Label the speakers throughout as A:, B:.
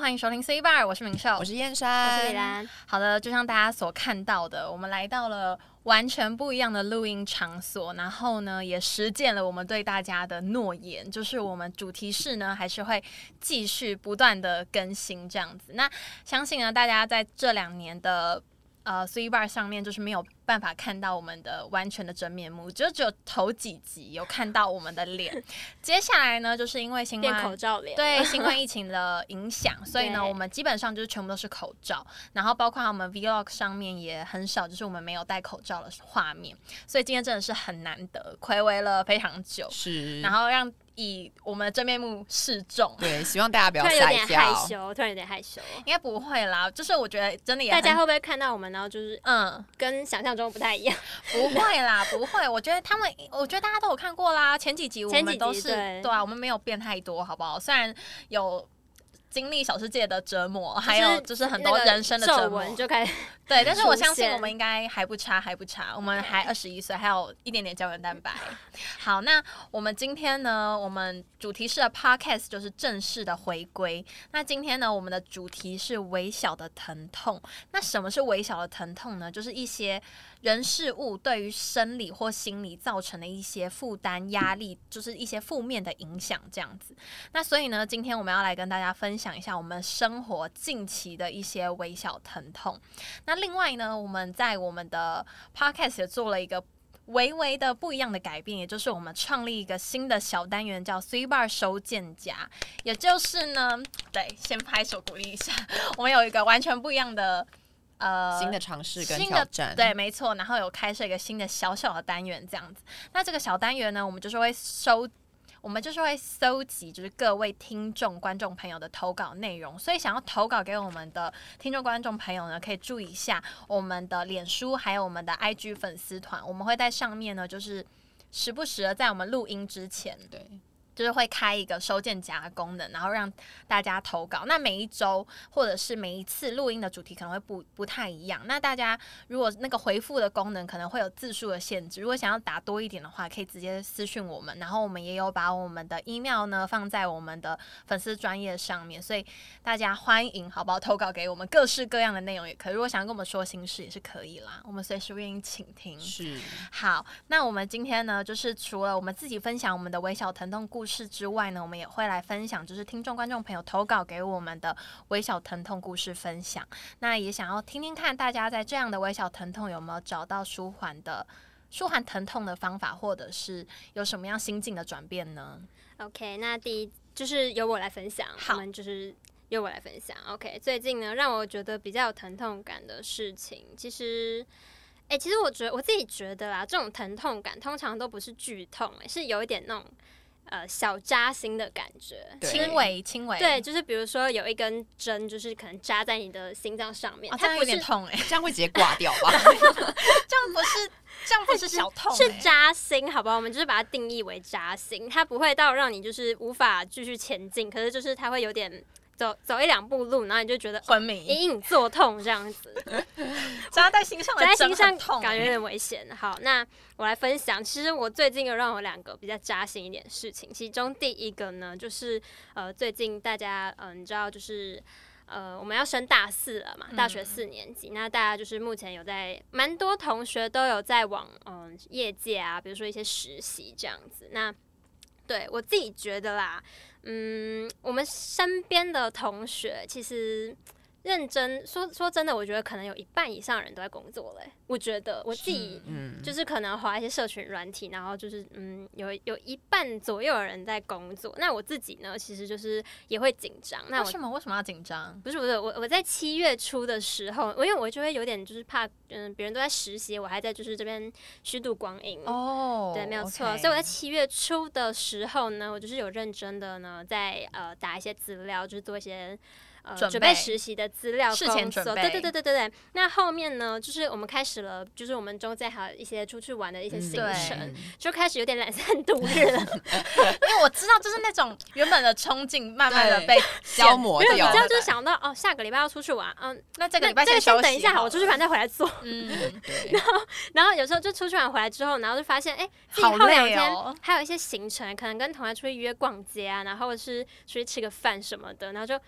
A: 欢迎收听 C Bar，我是明秀，
B: 我是燕
A: 嗯
B: 山，
C: 我是李兰。
A: 好的，就像大家所看到的，我们来到了完全不一样的录音场所，然后呢，也实践了我们对大家的诺言，就是我们主题室呢还是会继续不断的更新这样子。那相信呢，大家在这两年的呃 C Bar 上面，就是没有办法看到我们的完全的真面目，就只有头几集有看到我们的脸。接下来呢，就是因为新
C: 变
A: 冠
C: 口罩脸，
A: 嗯对新冠疫情的影响，所以呢，
C: 对
A: 我们基本上就是全部都是口罩，然后包括我们 vlog 上面也很少，就是我们没有戴口罩的画面，所以今天真的是很难得，暌违了非常久，
B: 是，
A: 然后让以我们的真面目示众。
B: 对，希望大家不
C: 突
B: 要
C: 然有
B: 吓
C: 点
B: 一
A: 哦
C: 害
B: 跳。
C: 羞，突然有点害羞。
A: 应该不会啦，就是我觉得真的也
C: 大
A: 啊很
C: 家会不会看到我们，然后就是
A: 嗯
C: 跟想象中不太一样？
A: 不会啦，不会。我觉得他们，我觉得大家都有看过啦。前几集我
C: 前几
A: 们
C: 集
A: 都是
C: 对
A: 啊，我们没有变太多，好不好？虽然有经历小世界的折磨，还
C: 就是
A: 有就是很多
C: 那个
A: 人生的折
C: 皱
A: 磨，
C: 纹就开始，
A: 对，但是我
C: 出
A: 相信
C: 现
A: 我们应该还不差，还不差，我们还二十一岁，还有一点点胶原蛋白。
C: 嗯
A: 好，那我们今天呢，我们主题式的 podcast 就是正式的回归。那今天呢，我们的主题是微小的疼痛。那什么是微小的疼痛呢？就是一些人事物对于生理或心理造成的一些负担、压力，就是一些负面的影响这样子。那所以呢，今天我们要来跟大家分享一下我们生活近期的一些微小疼痛。那另外呢，我们在我们的 podcast 也做了一个。微微的不一样的改变，也就是我们创立一个新的小单元，叫 C Bar 收件夹。也就是呢，对，先拍手鼓励一下， 我们有一个完全不一样的呃
B: 新的尝试跟
A: 新
B: 挑
A: 的
B: 战，
A: 对，，没错。然后有开设一个新的小小的单元这样子。那这个小单元呢，我们就是会收。我们就是会搜集，就是各位听众、观众朋友的投稿内容，所以想要投稿给我们的听众、观众朋友呢，可以注意一下我们的脸书，还有我们的 IG 粉丝团，我们会在上面呢，就是时不时的在我们录音之前，
B: 对，
C: 嗯
A: 就是会开一个收件夹的功能，然后让大家投稿。那每一周或者是每一次录音的主题可能会不不太一样。那大家如果那个回复的功能可能会有字数的限制，如果想要打多一点的话，可以直接私讯我们。然后我们也有把我们的 email 呢放在我们的粉丝专业上面，所以大家欢迎好不好？投稿给我们各式各样的内容也可以。如果想要跟我们说心事也是可以啦，我们随时愿意倾听。
B: 是，
A: 好，那我们今天呢，就是除了我们自己分享我们的微小疼痛故事之外呢，我们也会来分享，就是听众观众朋友投稿给我们的微小疼痛故事分享。那也想要听听看大家在这样的微小疼痛有没有找到舒缓的。舒缓疼痛的方法，或者是有什么样心境的转变呢？
C: OK，那第一就是由我来分享，
A: 好
C: 我们就是由我来分享。OK，最近呢，让我觉得比较有疼痛感的事情，其实，哎、其实我觉得我自己觉得啦，这种疼痛感通常都不是剧痛、诶是有一点那种呃小扎心的感觉。
B: 对
A: 轻微，轻微，
C: 对，，就是比如说有一根针，就是可能扎在你的心脏上面，
A: 啊，这
C: 它
A: 样
C: 不
A: 有
C: 是
A: 点痛哎、
B: 这样会直接挂掉 吧？
A: 这样不 是，这样不是小痛、
C: 是
A: 欸，
C: 扎心，好吧？我们就是把它定义为扎心，它不会到让你就是无法继续前进，可是就是它会有点走走一两步路，然后你 就觉得哦
A: 昏迷，
C: 隐隐作痛这样子，
A: 扎在心上的
C: 在
A: 针
C: 心上
A: 很痛欸、
C: 感觉有点危险。好，那我来分享，其实我最近有让我两个比较扎心一点的事情，其中第一个呢，就是呃，最近大家嗯、呃你知道就是。呃，我们要升大四了嘛，大
A: 嗯
C: 学四年级。那大家就是目前有在，蛮多同学都有在往嗯、业界啊，比如说一些实习这样子。那对我自己觉得啦，嗯，我们身边的同学其实认真说说真的，我觉得可能有一半以上人都在工作嘞、我觉得我自己
B: 嗯，
C: 就是可能划一些社群软体，然后就是嗯，有有一半左右的人在工作。那我自己呢，其实就是也会紧张。那
A: 为
C: 我
A: 什么为什么要紧张？
C: 不是不是，我我在七月初的时候，我因为我就会有点就是怕，嗯，别人都在实习，我还在就是这边虚度光阴。
A: 哦，
C: 对，没有错。
A: OK
C: 所以我在七月初的时候呢，我就是有认真的呢，在呃打一些资料，就是做一些呃
A: 准
C: 备
A: 备
C: 实习的资料
A: 事前
C: 工作
A: 准备
C: 对对对对对对。那后面呢，就是我们开始了，就是我们中间还有一些出去玩的一些
B: 嗯
C: 行
A: 对
C: 程，就开始有点懒散度日 了。
A: 因为我知道，就是那种 原本的冲劲，慢慢的
B: 对
A: 被
B: 消磨
C: 没有，你
B: 掉
C: 知，道，就是
A: 对
C: 想到哦，下个礼拜要出去玩，嗯，
A: 那这个
C: 那
A: 礼拜
C: 这个
A: 休息，
C: 先等一下，好，我出去玩。再回来做。
A: 嗯，
B: 对，
C: 然后有时候就出去玩回来之后，然后就发现，哎、自己
A: 好
C: 后两
A: 累
C: 天
A: 哦
C: 还有一些行程，可能跟同学出去约逛街啊，然后是出去吃个饭什么的，然后就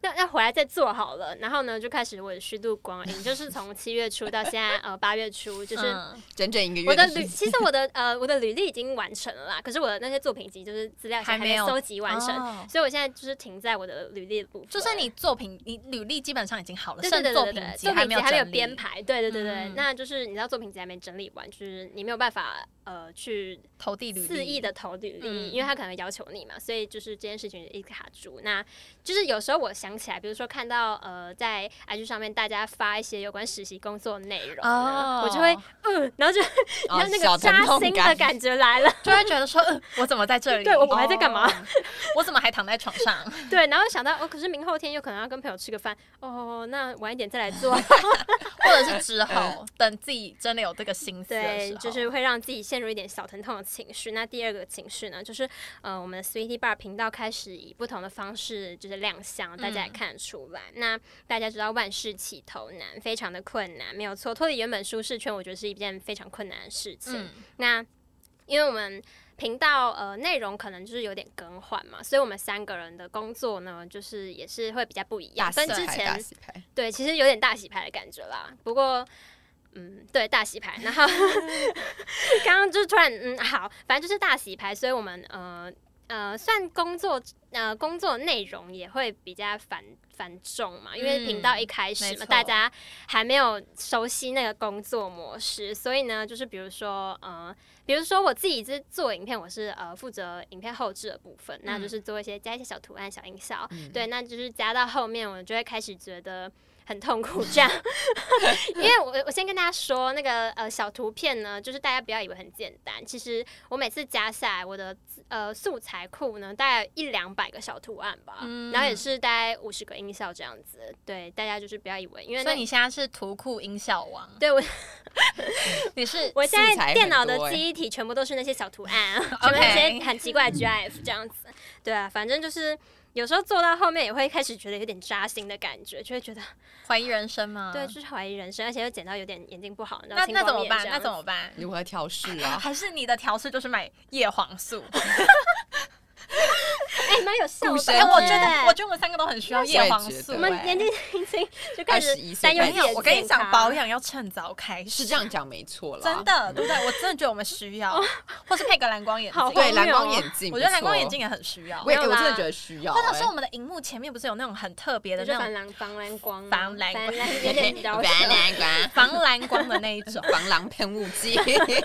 C: 那那回来再做好了。然后呢，就开始我的虚度光阴，就是从七月初到现在呃八月初，就是
A: 嗯
B: 整整一个
C: 我
B: 月
C: 的
B: 时
C: 履，
B: 间
C: 其实我的呃我的履历已经完成了啦，可是我的那些作品集就是资料
A: 还
C: 还
A: 没
C: 没
A: 有
C: 搜集完成，
A: 哦
C: 所以我现在就是停在我的履历的部分。
A: 就是你作品，你履历基本上已经好了，
C: 对
A: 剩
C: 对对
A: 作
C: 对
A: 品
C: 对，
A: 集
C: 作品
A: 没
C: 集
A: 有
C: 还没有
A: 整理
C: 编，排，对对对对，
A: 嗯
C: 那就是你知道作品集还没整理完，就是你没有办法呃去
A: 投递履历，
C: 肆意的投履历，
A: 嗯
C: 因为他可能要求你嘛，所以就是这件事情一直卡住。那就是有时候我想起来，比如说看到呃在 IG 上面大家发一些有关实习工作的内容呢，
A: 哦
C: 我就会 嗯，然后就
B: 哦
C: 然后那
B: 小
C: 个
B: 疼
C: 扎
B: 痛
C: 心的感觉来了，
A: 就会觉得说，呃我怎么在这里？
C: 对我我还在干嘛
A: 哦？我怎么还躺在床上？
C: 对，然后想到哦，可是明后天有可能要跟朋友吃个饭，哦，那晚一点再来做，
A: 或者是之后等自己真的有这个心思的时
C: 嗯对
A: 候，，
C: 就是会让自己陷入一点小疼痛的情绪。那第二个情绪呢，就是呃，我们的 Sweetie Bar 频道开始以不同的方式就是亮相，大
A: 嗯
C: 家也看得出来。那大家知道万事起头难，非常的困难，没有错。脱离原本舒适圈，我觉得是一件非常困难的事情。
A: 嗯，
C: 那因为我们频道呃内容可能就是有点更换嘛，所以我们三个人的工作呢，就是也是会比较不一样，
B: 大
C: 跟
B: 洗
C: 之
B: 牌大
C: 前
B: 洗牌，
C: 对其实有点大洗牌的感觉啦。不过嗯，对大洗牌， 然后刚刚就突然嗯好，反正就是大洗牌，所以我们呃呃算工作。呃，工作内容也会比较繁繁重嘛，因为频道
A: 嗯
C: 一开始
A: 没
C: 嘛，
A: 错
C: 大家还没有熟悉那个工作模式，所以呢，就是比如说，呃，比如说我自己是做影片，我是呃负责影片后置的部分，
A: 嗯
C: 那就是做一些加一些小图案、小音效，
B: 嗯
C: 对，那就是加到后面，我就会开始觉得。很痛苦，这样， 因为我我先跟大家说，那个呃小图片呢，就是大家不要以为很简单，其实我每次加下来，我的呃素材库呢，大概一两百个小图案吧，
A: 嗯
C: 然后也是大概五十个音效这样子，对，大家就是不要以为，因为
A: 所
C: 那
A: 以你现在是图库音效王，
C: 对我
A: 你是
C: 我
B: 素
C: 现
B: 材
C: 在电
B: 很
C: 脑的
B: 多欸
C: 记忆体全部都是那些小图 案，全部都是一些很奇怪的 GIF 这样子。对啊，反正就是有时候做到后面也会开始觉得有点扎心的感觉，就会觉得、
A: 怀疑人生吗？
C: 对，就是怀疑人生，而且又剪到有点眼睛不好，然
A: 嗯那
C: 后
A: 那怎么办？那怎
C: 么？
A: 么办？
B: 如何调试
A: 啊
B: 啊？
A: 还是你的调试就是买叶黄素？
C: 哎，蛮有效
B: 顾
C: 的。
B: 身
A: 哎，
B: 对
A: 我觉得我觉得我们三个都很需要叶黄素。
B: 我也觉得
C: 我
A: 哎
C: 们年纪轻轻就开始
B: 21岁
C: 担忧
A: 没
B: 开始
C: 自己的
A: 有，我跟你
C: 健
A: 讲，
C: 康
A: 保养要趁早开始，
B: 是这样讲没错
C: 啊
B: 啦，嗯
A: 真的，对不对？我真的觉得我们需要，或是配个蓝光眼镜
C: 哦好。
B: 对
C: 荒
B: 蓝
C: 谬
B: 光
C: 哦
B: 眼镜，
A: 我觉得
B: 不
A: 蓝光
B: 错
A: 眼镜，也很需要，
B: 我也
C: 没有
B: 我真的
C: 啦
B: 觉得需要
A: 或
B: 欸，
A: 者是我们的荧幕前面不是有那种很特别的
C: 就是
A: 那
C: 防
A: 种
C: 蓝防蓝光，啊
A: 防蓝
C: 防
A: 光
C: 蓝有 点
B: 防
C: 饶舌，
B: 蓝光
A: 防蓝光的那一种
B: 啊防狼喷雾剂，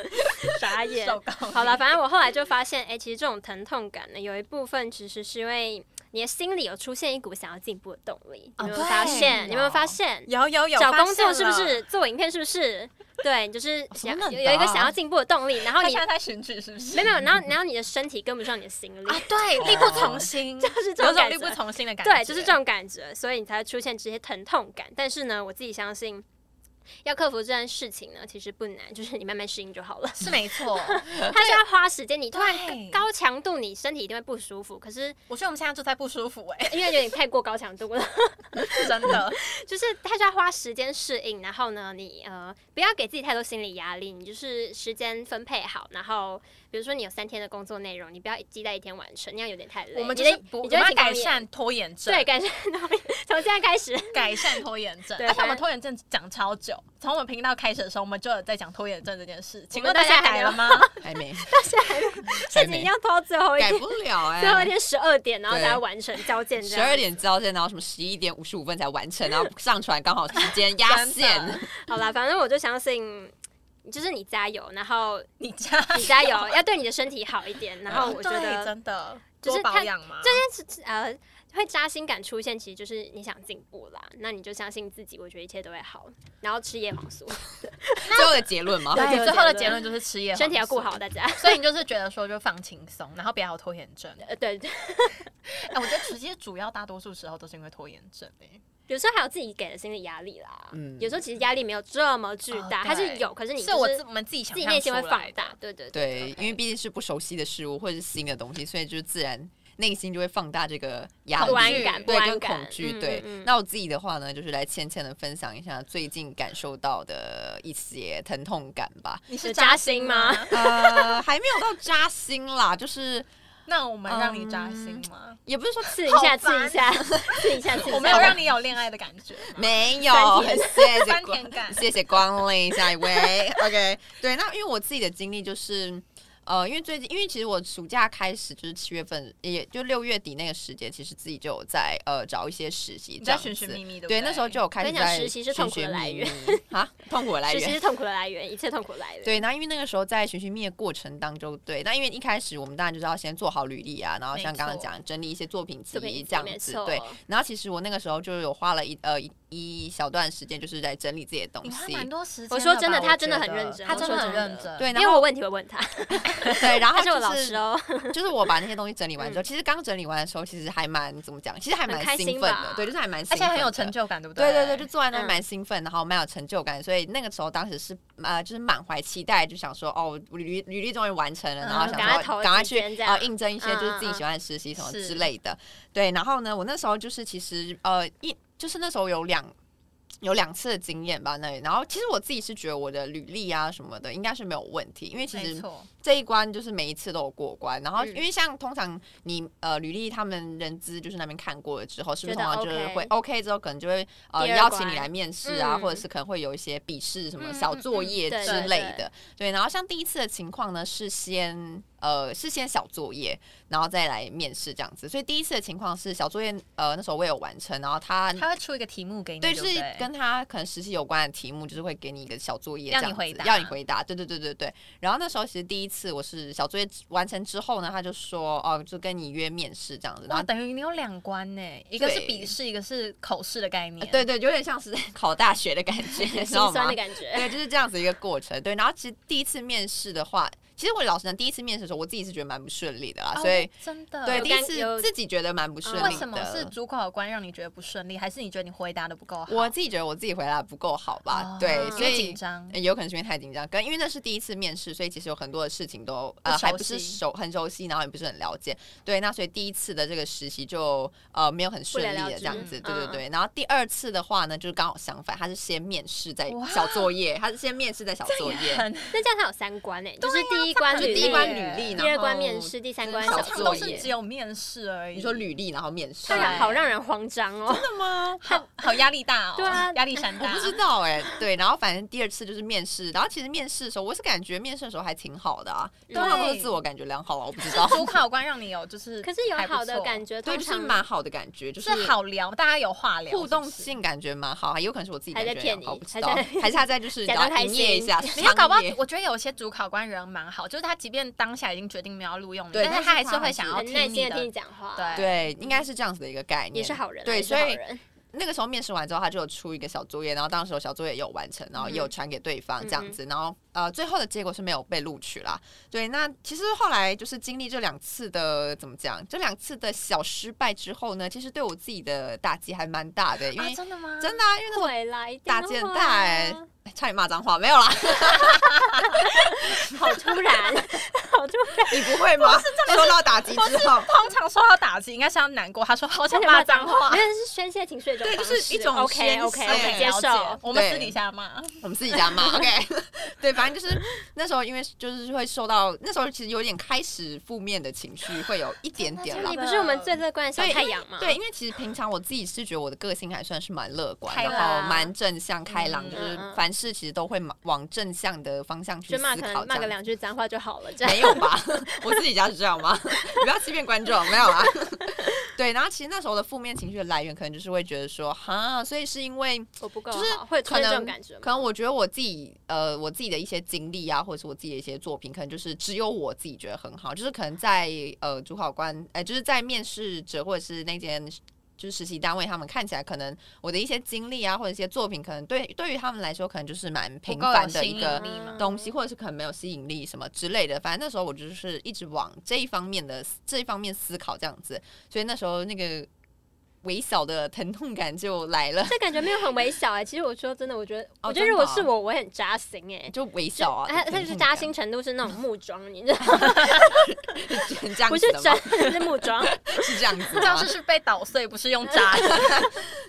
C: 傻眼。
A: 手铐？
C: 好了，反正我后来就发现，哎、其实这种疼痛感呢，有一部分其实是因为你的心里有出现一股想要进步的动力。
A: 哦
C: 你有没有发现？
A: 对哦
C: 你有没有发现？
A: 有有有，
C: 找
A: 发
C: 工作
A: 现
C: 是不
A: 了
C: 是做影片是不是？对，你就是
A: 哦
B: 什么
C: 想
B: 冷
C: 有有一个
B: 的啊
C: 想要进步的动力，然后
A: 他
C: 你
A: 现在在选举是不是？
C: 没有没有，然后然后你的身体跟不上你的心力，
A: 啊，对， 力不从心，
C: 就是这
A: 有
C: 种
A: 种
C: 感
A: 力不
C: 觉。
A: 从心的感觉，
C: 对，就是这种感觉，所以你才会出现这些疼痛感。但是呢，我自己相信，要克服这件事情呢，其实不难，就是你慢慢适应就好了。
A: 是没 错。
C: 它需要花时间，你突然
A: 对
C: 高高强度，你身体一定会不舒服。可是
A: 我觉得我们现在就在不舒服哎，
C: 因为有点太过高强度了，
A: 真的，
C: 就是它需要花时间适应。然后呢，你呃不要给自己太多心理压力，你就是时间分配好。然后比如说你有三天的工作内容，你不要积在一天完成，那样有点太累。
A: 我们
C: 你
A: 就是
C: 的
A: 不，我们
C: 你就会
A: 要
C: 提高
A: 改
C: 你的
A: 善啊拖延症，
C: 对，改善 从现在开始。
A: 改善拖延症。
C: 对
A: 而且我
C: 反
A: 们
C: 正
A: 拖延症讲超久，从我们频道开始的时候，我们就有在讲拖延症这件事。请问
C: 到
A: 大
C: 现在
A: 家改
C: 还没
A: 了 吗？
B: 还没，
C: 事
B: 还
C: 情一定
B: 没，
C: 要拖到最后一
B: 改
C: 天，
B: 不了哎，
C: 最后一天十二点，然后
B: 对
C: 才要完成交件这
B: 十
C: 样。
B: 二点交件，然后什么十一点五十五分才完成， 然后上传刚好时间压
A: 真的
B: 线，
C: 好啦，反正我就相信，就是你加油，然后
A: 你家
C: 你加油，要对你的身体好一点。 然后我觉
A: 对啊
C: 得
A: 真的
C: 就是
A: 多保
C: 看
A: 养嘛，
C: 这件事呃会扎心感出现，其实就是你想进步啦，那你就相信自己，我觉得一切都会好。然后吃叶黄素，
B: 最后的结论吗？
C: 对
A: 对，
C: 对
A: 最后的
C: 对
A: 结论就是吃叶，
C: 身体要顾好，。大家。
A: 所以你就是觉得说，就放轻松，然后不要有拖延症。
C: 呃，对，对
A: 哎，我觉得其实主要大多数时候都是因为拖延症哎。
C: 有时候还有自己给的心理压力啦。
B: 嗯
C: 有时候其实压力没有这么巨大，
A: 哦
C: 它是
A: 对
C: 有，可是你
A: 是
C: 就
A: 我
C: 是
A: 自我们自己想
C: 自己
A: 象
C: 内心会
A: 出来
C: 放
A: 的
C: 大。对对
B: 对，因为
C: OK
B: 毕竟是不熟悉的事物或者是新的东西，所以就是自然内心就会放大这个压
A: 恐
C: 不
A: 惧
B: 力。
C: 安感，不
B: 对，
C: 安
B: 跟
C: 感，
B: 恐惧
C: 嗯
B: 对
C: 嗯嗯。
B: 那我自己的话呢，就是来浅浅的分享一下最近感受到的一些疼 痛感吧。
A: 你
C: 有
A: 是
C: 扎
A: 扎
C: 心
A: 心
C: 吗
A: 吗？
B: 呃，还没有到扎心啦，就是
A: 那我们让你扎心
C: 嗯
A: 吗？
B: 也不是 说
C: 刺一下，
A: 好烦
C: 刺一下，刺一下，刺一下。
A: 我没有让你有恋爱的感觉吗，
B: 没有
C: 酸，
B: 很谢谢
A: 酸
B: 光
A: 甜感
B: 谢谢光临，下一位。OK，对，那因为我自己的经历就是。呃，因为最近，因为其实我暑假开始就是七月份，也就六月底那个时节，其实自己就有在呃找一些实习，
A: 你
B: 这
A: 在
B: 样子
A: 寻寻觅觅的。
B: 对，那时候就有开始
C: 我跟你讲
B: 在
C: 实习是
B: 寻
C: 痛苦的
B: 寻
C: 来
B: 觅
C: 源
B: 觅 啊，痛苦的来
C: 其
B: 源
C: 实是痛苦的来源，一切痛苦的来源。
B: 对，那因为那个时候在寻寻觅的过程当中，对，那因为一开始我们当然就是要先做好履历啊，然后
A: 没
B: 像刚刚
A: 错
B: 讲整理一些作品集
C: 作品集
B: 这样
C: 没
B: 子
C: 错，
B: 对。然后其实我那个时候就有花了一呃一一小段时间，就是在整理自己的东
A: 你花
B: 西，
A: 蛮多时间吧。
C: 我说真的
A: 我
C: 他真的
A: 觉
C: 很
A: 得
C: 认真
A: 他
C: 我
A: 真
C: 说
A: 的很
C: 真
A: 认
C: 的
A: 真。
B: 对，
C: 因
B: 然
C: 为我
B: 后
C: 问题会问他，
B: 对，然后
C: 他是我老
B: 就
C: 师哦。 嗯
B: 就是我把那些东西整理完之后，其实刚整理完的时候，其实还蛮怎么讲，其实还
C: 很
B: 蛮
C: 开
B: 兴
C: 心
B: 奋
C: 吧
B: 的，对，就是还蛮
A: 而
B: 兴
A: 且
B: 奋的，
A: 很有成就感，对不
B: 对
A: 对
B: 对对，就坐在那
C: 嗯
B: 里蛮兴奋，然后蛮有成就感，所以那个时候当时是呃，就是满怀期待，就想说哦，我履履历终于完成了，
A: 嗯
B: 然后想
C: 赶
B: 说
C: 快投
B: 赶快
C: 几
B: 去
C: 间这样
B: 呃应征一些就是自己
C: 嗯嗯嗯
B: 喜欢的实习什么
A: 是
B: 之类的。对，然后呢，我那时候就是其实呃一就是那时候有两。有两次的经验吧，那里，然后其实我自己是觉得我的履历啊什么的应该是没有问题，因为其
A: 没
B: 实
A: 错，
B: 这一关就是每一次都有过关，然后
C: 嗯
B: 因为像通常你呃履历他们人资就是那边看过了之后，是不是
C: 觉
B: 通
C: 得
B: 常就是会
C: OK
B: OK 之后，可能就会呃
C: 第二
B: 邀请
C: 关
B: 你来面试啊，
C: 嗯
B: 或者是可能会有一些笔试什么
A: 嗯
B: 小
A: 嗯
B: 作
A: 嗯
B: 业
C: 对
B: 之
C: 对
B: 类
C: 对
B: 的。对，然后像第一次的情况呢，是先呃是先小作业，然后再来面试这样子。所以第一次的情况是小作业呃那时候我也有完成，然后他。
A: 他会出一个题目给你，
B: 对，
A: 对，
B: 是
A: 不对
B: 跟他可能实习有关的题目，就是会给你一个小作业，
A: 让
B: 这
A: 你
B: 样
A: 回
B: 子
A: 答
B: 要你回答。对对对对对。然后那时候其实第一次我是小作业完成之后呢，他就说哦，就跟你约面试这样子。然
A: 哇，
B: 后、
A: 等于你有两关呢，一个是
B: 对
A: 笔试，一个是口试的概念。
B: 呃对对，有点像是在 考大学的感 觉，你知
C: 心
B: 道
C: 酸
B: 吗
C: 的？感觉。
B: 对，就是这样子一个过程。对，然后其实第一次面试的话，其实我老实讲，第一次面试的时候，我自己是觉得蛮不顺利的啦，
A: 哦，
B: 所以。
A: 真的
B: 对，
C: 有
B: 第一
C: 干有
B: 次自己觉得蛮不顺利的。
A: 嗯为什么是主考官让你觉得不顺利，还是你觉得你回答的不够好？
B: 我自己觉得我自己回答不够好吧？
A: 哦
B: 对，
C: 嗯
B: 所以
A: 紧张
B: 呃有可能是因为太紧张，跟因为那是第一次面试，所以其实有很多的事情都
A: 不
B: 呃
A: 熟悉
B: 还不是熟很熟悉，然后也不是很了解。对，那所以第一次的这个实习就呃没有很顺利
C: 不了了
B: 的
C: 之
B: 这样子，
C: 嗯
B: 对对对。然后第二次的话呢，就是刚好相反，他是先面试再
A: 哇
B: 小作业，他是先面试再小 作业，
A: 很
C: 那这样他有三关诶，就是第一关
B: 啊就
C: 履
B: 第
C: 历
B: 一，关履历，
A: 第
C: 第二关
B: 然后
C: 面试，第三关
B: 小
C: 小
A: 通常
B: 作
A: 都
C: 作
A: 是
B: 业
A: 只有面试而已。
B: 你说履历然后面试
C: 他，
A: 对啊
C: 让好让人慌张哦。
B: 真的吗？
A: 好好压力大哦，
C: 对啊
A: 压力山
B: 我
A: 大
B: 不。知道哎、对，然后反正第二次就是面试，然后其实面试的时候，我是感觉面试的时候还挺好的啊，
C: 对
B: 通常都是自我感觉良好啊了，我不知道，
A: 主考官让你有就是，
C: 可是有好的感
A: 觉，
C: 觉，
B: 对，
C: 通
B: 就是
C: 常
B: 蛮好的感觉，就是
A: 是好聊，大家有话聊，
B: 互动
A: 是不是。
B: 性感觉蛮好，还有可能是我自己感
C: 还在
B: 觉
C: 骗
B: 良好，我
C: 你
B: 不知
C: 还
B: 道
C: 在，
B: 还是他在就是
C: 假装
B: 然后
C: 开
B: 营业一
C: 心
B: 下，
A: 没有，搞不好
B: 商业
A: 我觉得有些主考官人蛮好，就是他即便当下已经决定没有要录用你，
B: 对
A: 但是
B: 但是
A: 他还
B: 他
A: 是
B: 还
A: 会
B: 是
A: 想要
C: 很耐
A: 听
C: 心
A: 你
C: 的听你
A: 的。
C: 讲话，
A: 对
B: 对，应该是这样子的一个概念，
C: 也是好人啊，
B: 对，
C: 也是
B: 所
C: 好
B: 以
C: 人
B: 那个时候面试完之后，他就有出一个小作业，然后当时我小作业也有完成，然后也
A: 嗯
B: 有传给对方这样子，然后呃，最后的结果是没有被录取啦。对，那其实后来就是经历这两次的怎么讲，这两次的小失败之后呢，其实对我自己的打击还蛮大的，因
A: 啊
B: 为，
A: 真的吗？
B: 真的啊，因为那时候
C: 会啦，一定
B: 打
C: 会
B: 击很大哎
C: 啊，
B: 哎差点骂脏话，没有啦，
C: 好突然， 好突然，
B: 你不会 吗？受到打击之后。
A: 通常受到打击，应该是要难过。他说好想骂脏 话
C: 没，有是宣泄情绪的一种
B: 对
C: 方式，
B: 就是一种
C: OK OK
B: 宣
C: OK
B: 泄
C: 接
A: 了解
C: 受，
A: 我们
B: 对
A: 私底下 骂，
B: 我们自己家骂，OK，对， 反正就是那时候，因为就是会受到那时候其实有点开始负面的情绪，会有一点点
A: 真的
B: 啦
C: 你。不是我们最乐观的小
B: 对
C: 太阳吗？
B: 对，因为其实平常我自己是觉得我的个性还算是蛮乐观，
A: 开朗
B: 然后蛮正向、开朗，
A: 嗯
B: 就是
C: 嗯嗯
B: 凡事其实都会往正向的方向去
C: 就
B: 思
C: 骂
B: 考
C: 可
B: 这
C: 能
B: 样。
C: 骂个两句脏话就好了，这样
B: 没有吧？ 我自己家是这样吗？ 你不要欺骗观众，没有啦。 对，然后其实那时候的负面情绪的来源，可能就是会觉得说，哈，所以是因为
C: 我不够
B: 就是
C: 好，会有出
B: 可
C: 现这
B: 能
C: 种感觉吗
B: 可？能我觉得我自己呃，我自己的一些经历啊，或者是我自己的一些作品，可能就是只有我自己觉得很好，就是可能在呃主考官，呃，就是在面试者或者是那间。就是实习单位，他们看起来可能我的一些经历啊，或者一些作品，可能对对于他们来说，可能就是蛮
A: 不
B: 平
A: 够
B: 凡
A: 有
B: 的
A: 吸
B: 一
A: 引
B: 个
A: 力嘛。
B: 东西，或者是可能没有吸引力什么之类的。反正那时候我就是一直往这一方面的这一方面思考这样子，所以那时候那个微小的疼痛感就来了，
C: 这感觉没有很微小哎、其实我说真的，我觉得，
B: 哦
C: 我觉得如果
B: 真
C: 是
B: 的啊
C: 我，我会很扎心哎、
B: 就微
C: 就
B: 小啊，
C: 它它就是扎
B: 心，
C: 心程度是那种木桩，你知道吗，
B: 很这样
C: 不
B: 子
C: 是
B: 的吗？
C: 真，是木桩，
B: 是这样子
A: 教
B: 吗
A: 室？是被捣碎，不是 用扎的。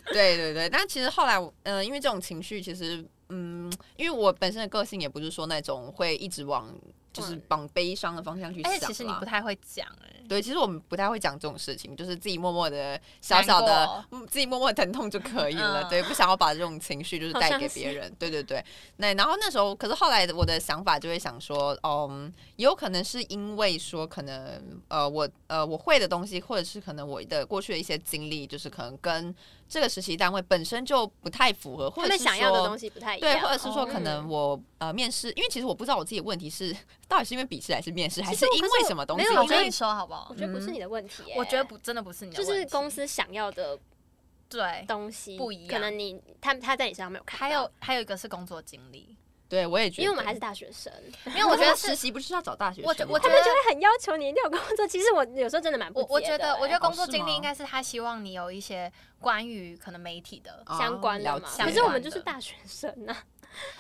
B: 对对对，但其实后来我，嗯、因为这种情绪其实，嗯，因为呃我本身的个性也不是说那种会一直往就是往悲伤的方向去
A: 嗯
B: 想
A: 而
B: 啦。
A: 哎且其实你不太会讲哎、
B: 对，其实我们不太会讲这种事情，就是自己默默的小小
A: 难
B: 的
A: 过，
B: 嗯自己默默地疼痛就可以了。
A: 嗯
B: 对，不想要把这种情绪就是
C: 好
B: 带
C: 伤
B: 给别人。对对对。那然后那时候，可是后来我的想法就会想说，嗯，也有可能是因为说，可能呃，我呃我会的东西，或者是可能我的过去的一些经历，就是可能跟这个实习单位本身就不太符合，或
C: 他
B: 者
C: 们
B: 是
C: 想要的
B: 说
C: 东西不太一样，
B: 对，或者是说可能
C: 嗯
B: 我、呃面试，因为其实我不知道我自己的问题是 到底是因为笔试还是面试，还
C: 其
B: 是
C: 实我
B: 因
C: 可
B: 为
C: 是我
B: 什么东
C: 没
B: 西？
C: 有
A: 我
B: 因
C: 觉得
A: 跟
B: 为
A: 你说好不好
C: 我？觉得不是
B: 嗯
C: 你的问题耶，欸
A: 我觉得不，真的不是你的
C: 就
A: 问题，
C: 是公司想要的
A: 对。
C: 东西
A: 不一样
C: 可能你他他在你身上没有看到，
A: 还有还有一个是工作经 历，
B: 对我也觉得，
C: 因为我们还是大学生，
A: 因为我觉得
B: 实
A: 是，
B: 习不是要找大学
A: 我觉
B: 生吗
A: 我觉
C: 他
A: 得
C: 们就会很要求你一定要有工作。其实我有时候真的蛮不
A: 我我
C: 解
A: 觉得
C: 的
A: 我觉得
B: 欸
A: 工作
B: 哦是
A: 经历
B: 吗
A: 应该是他希望你有一些关于可能媒体的，
B: 哦
C: 欸相关的
B: 了
C: 嘛，
B: 解
C: 可是我们
A: 相关的
C: 就是大学生啊，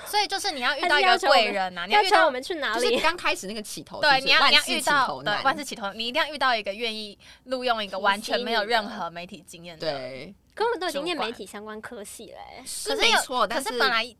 A: 所以就是你要遇
C: 还
A: 到
C: 是
A: 一
C: 要
A: 个
C: 求我
A: 贵
C: 们
A: 人啊呐，
B: 啊
A: 你
C: 要
A: 遇
C: 求
A: 到
C: 我们去哪
B: 就是
C: 里？
B: 刚开始那个起头，
A: 对，
B: 是
A: 你要
B: 万
A: 你要
B: 事
A: 遇
B: 起
A: 到
B: 头
A: 对
B: 难，
A: 万事起头，你一定要遇到一个愿意录用一个
C: 提
A: 完
C: 携
A: 全没有
C: 你
A: 任
C: 的
A: 何媒体经验的。，
B: 对，
C: 可我 们都已经
A: 主
C: 念媒
A: 管
C: 体相关科系嘞、欸，
B: 是
A: 可
B: 没
A: 有
B: 错，
A: 可
B: 但
A: 是本来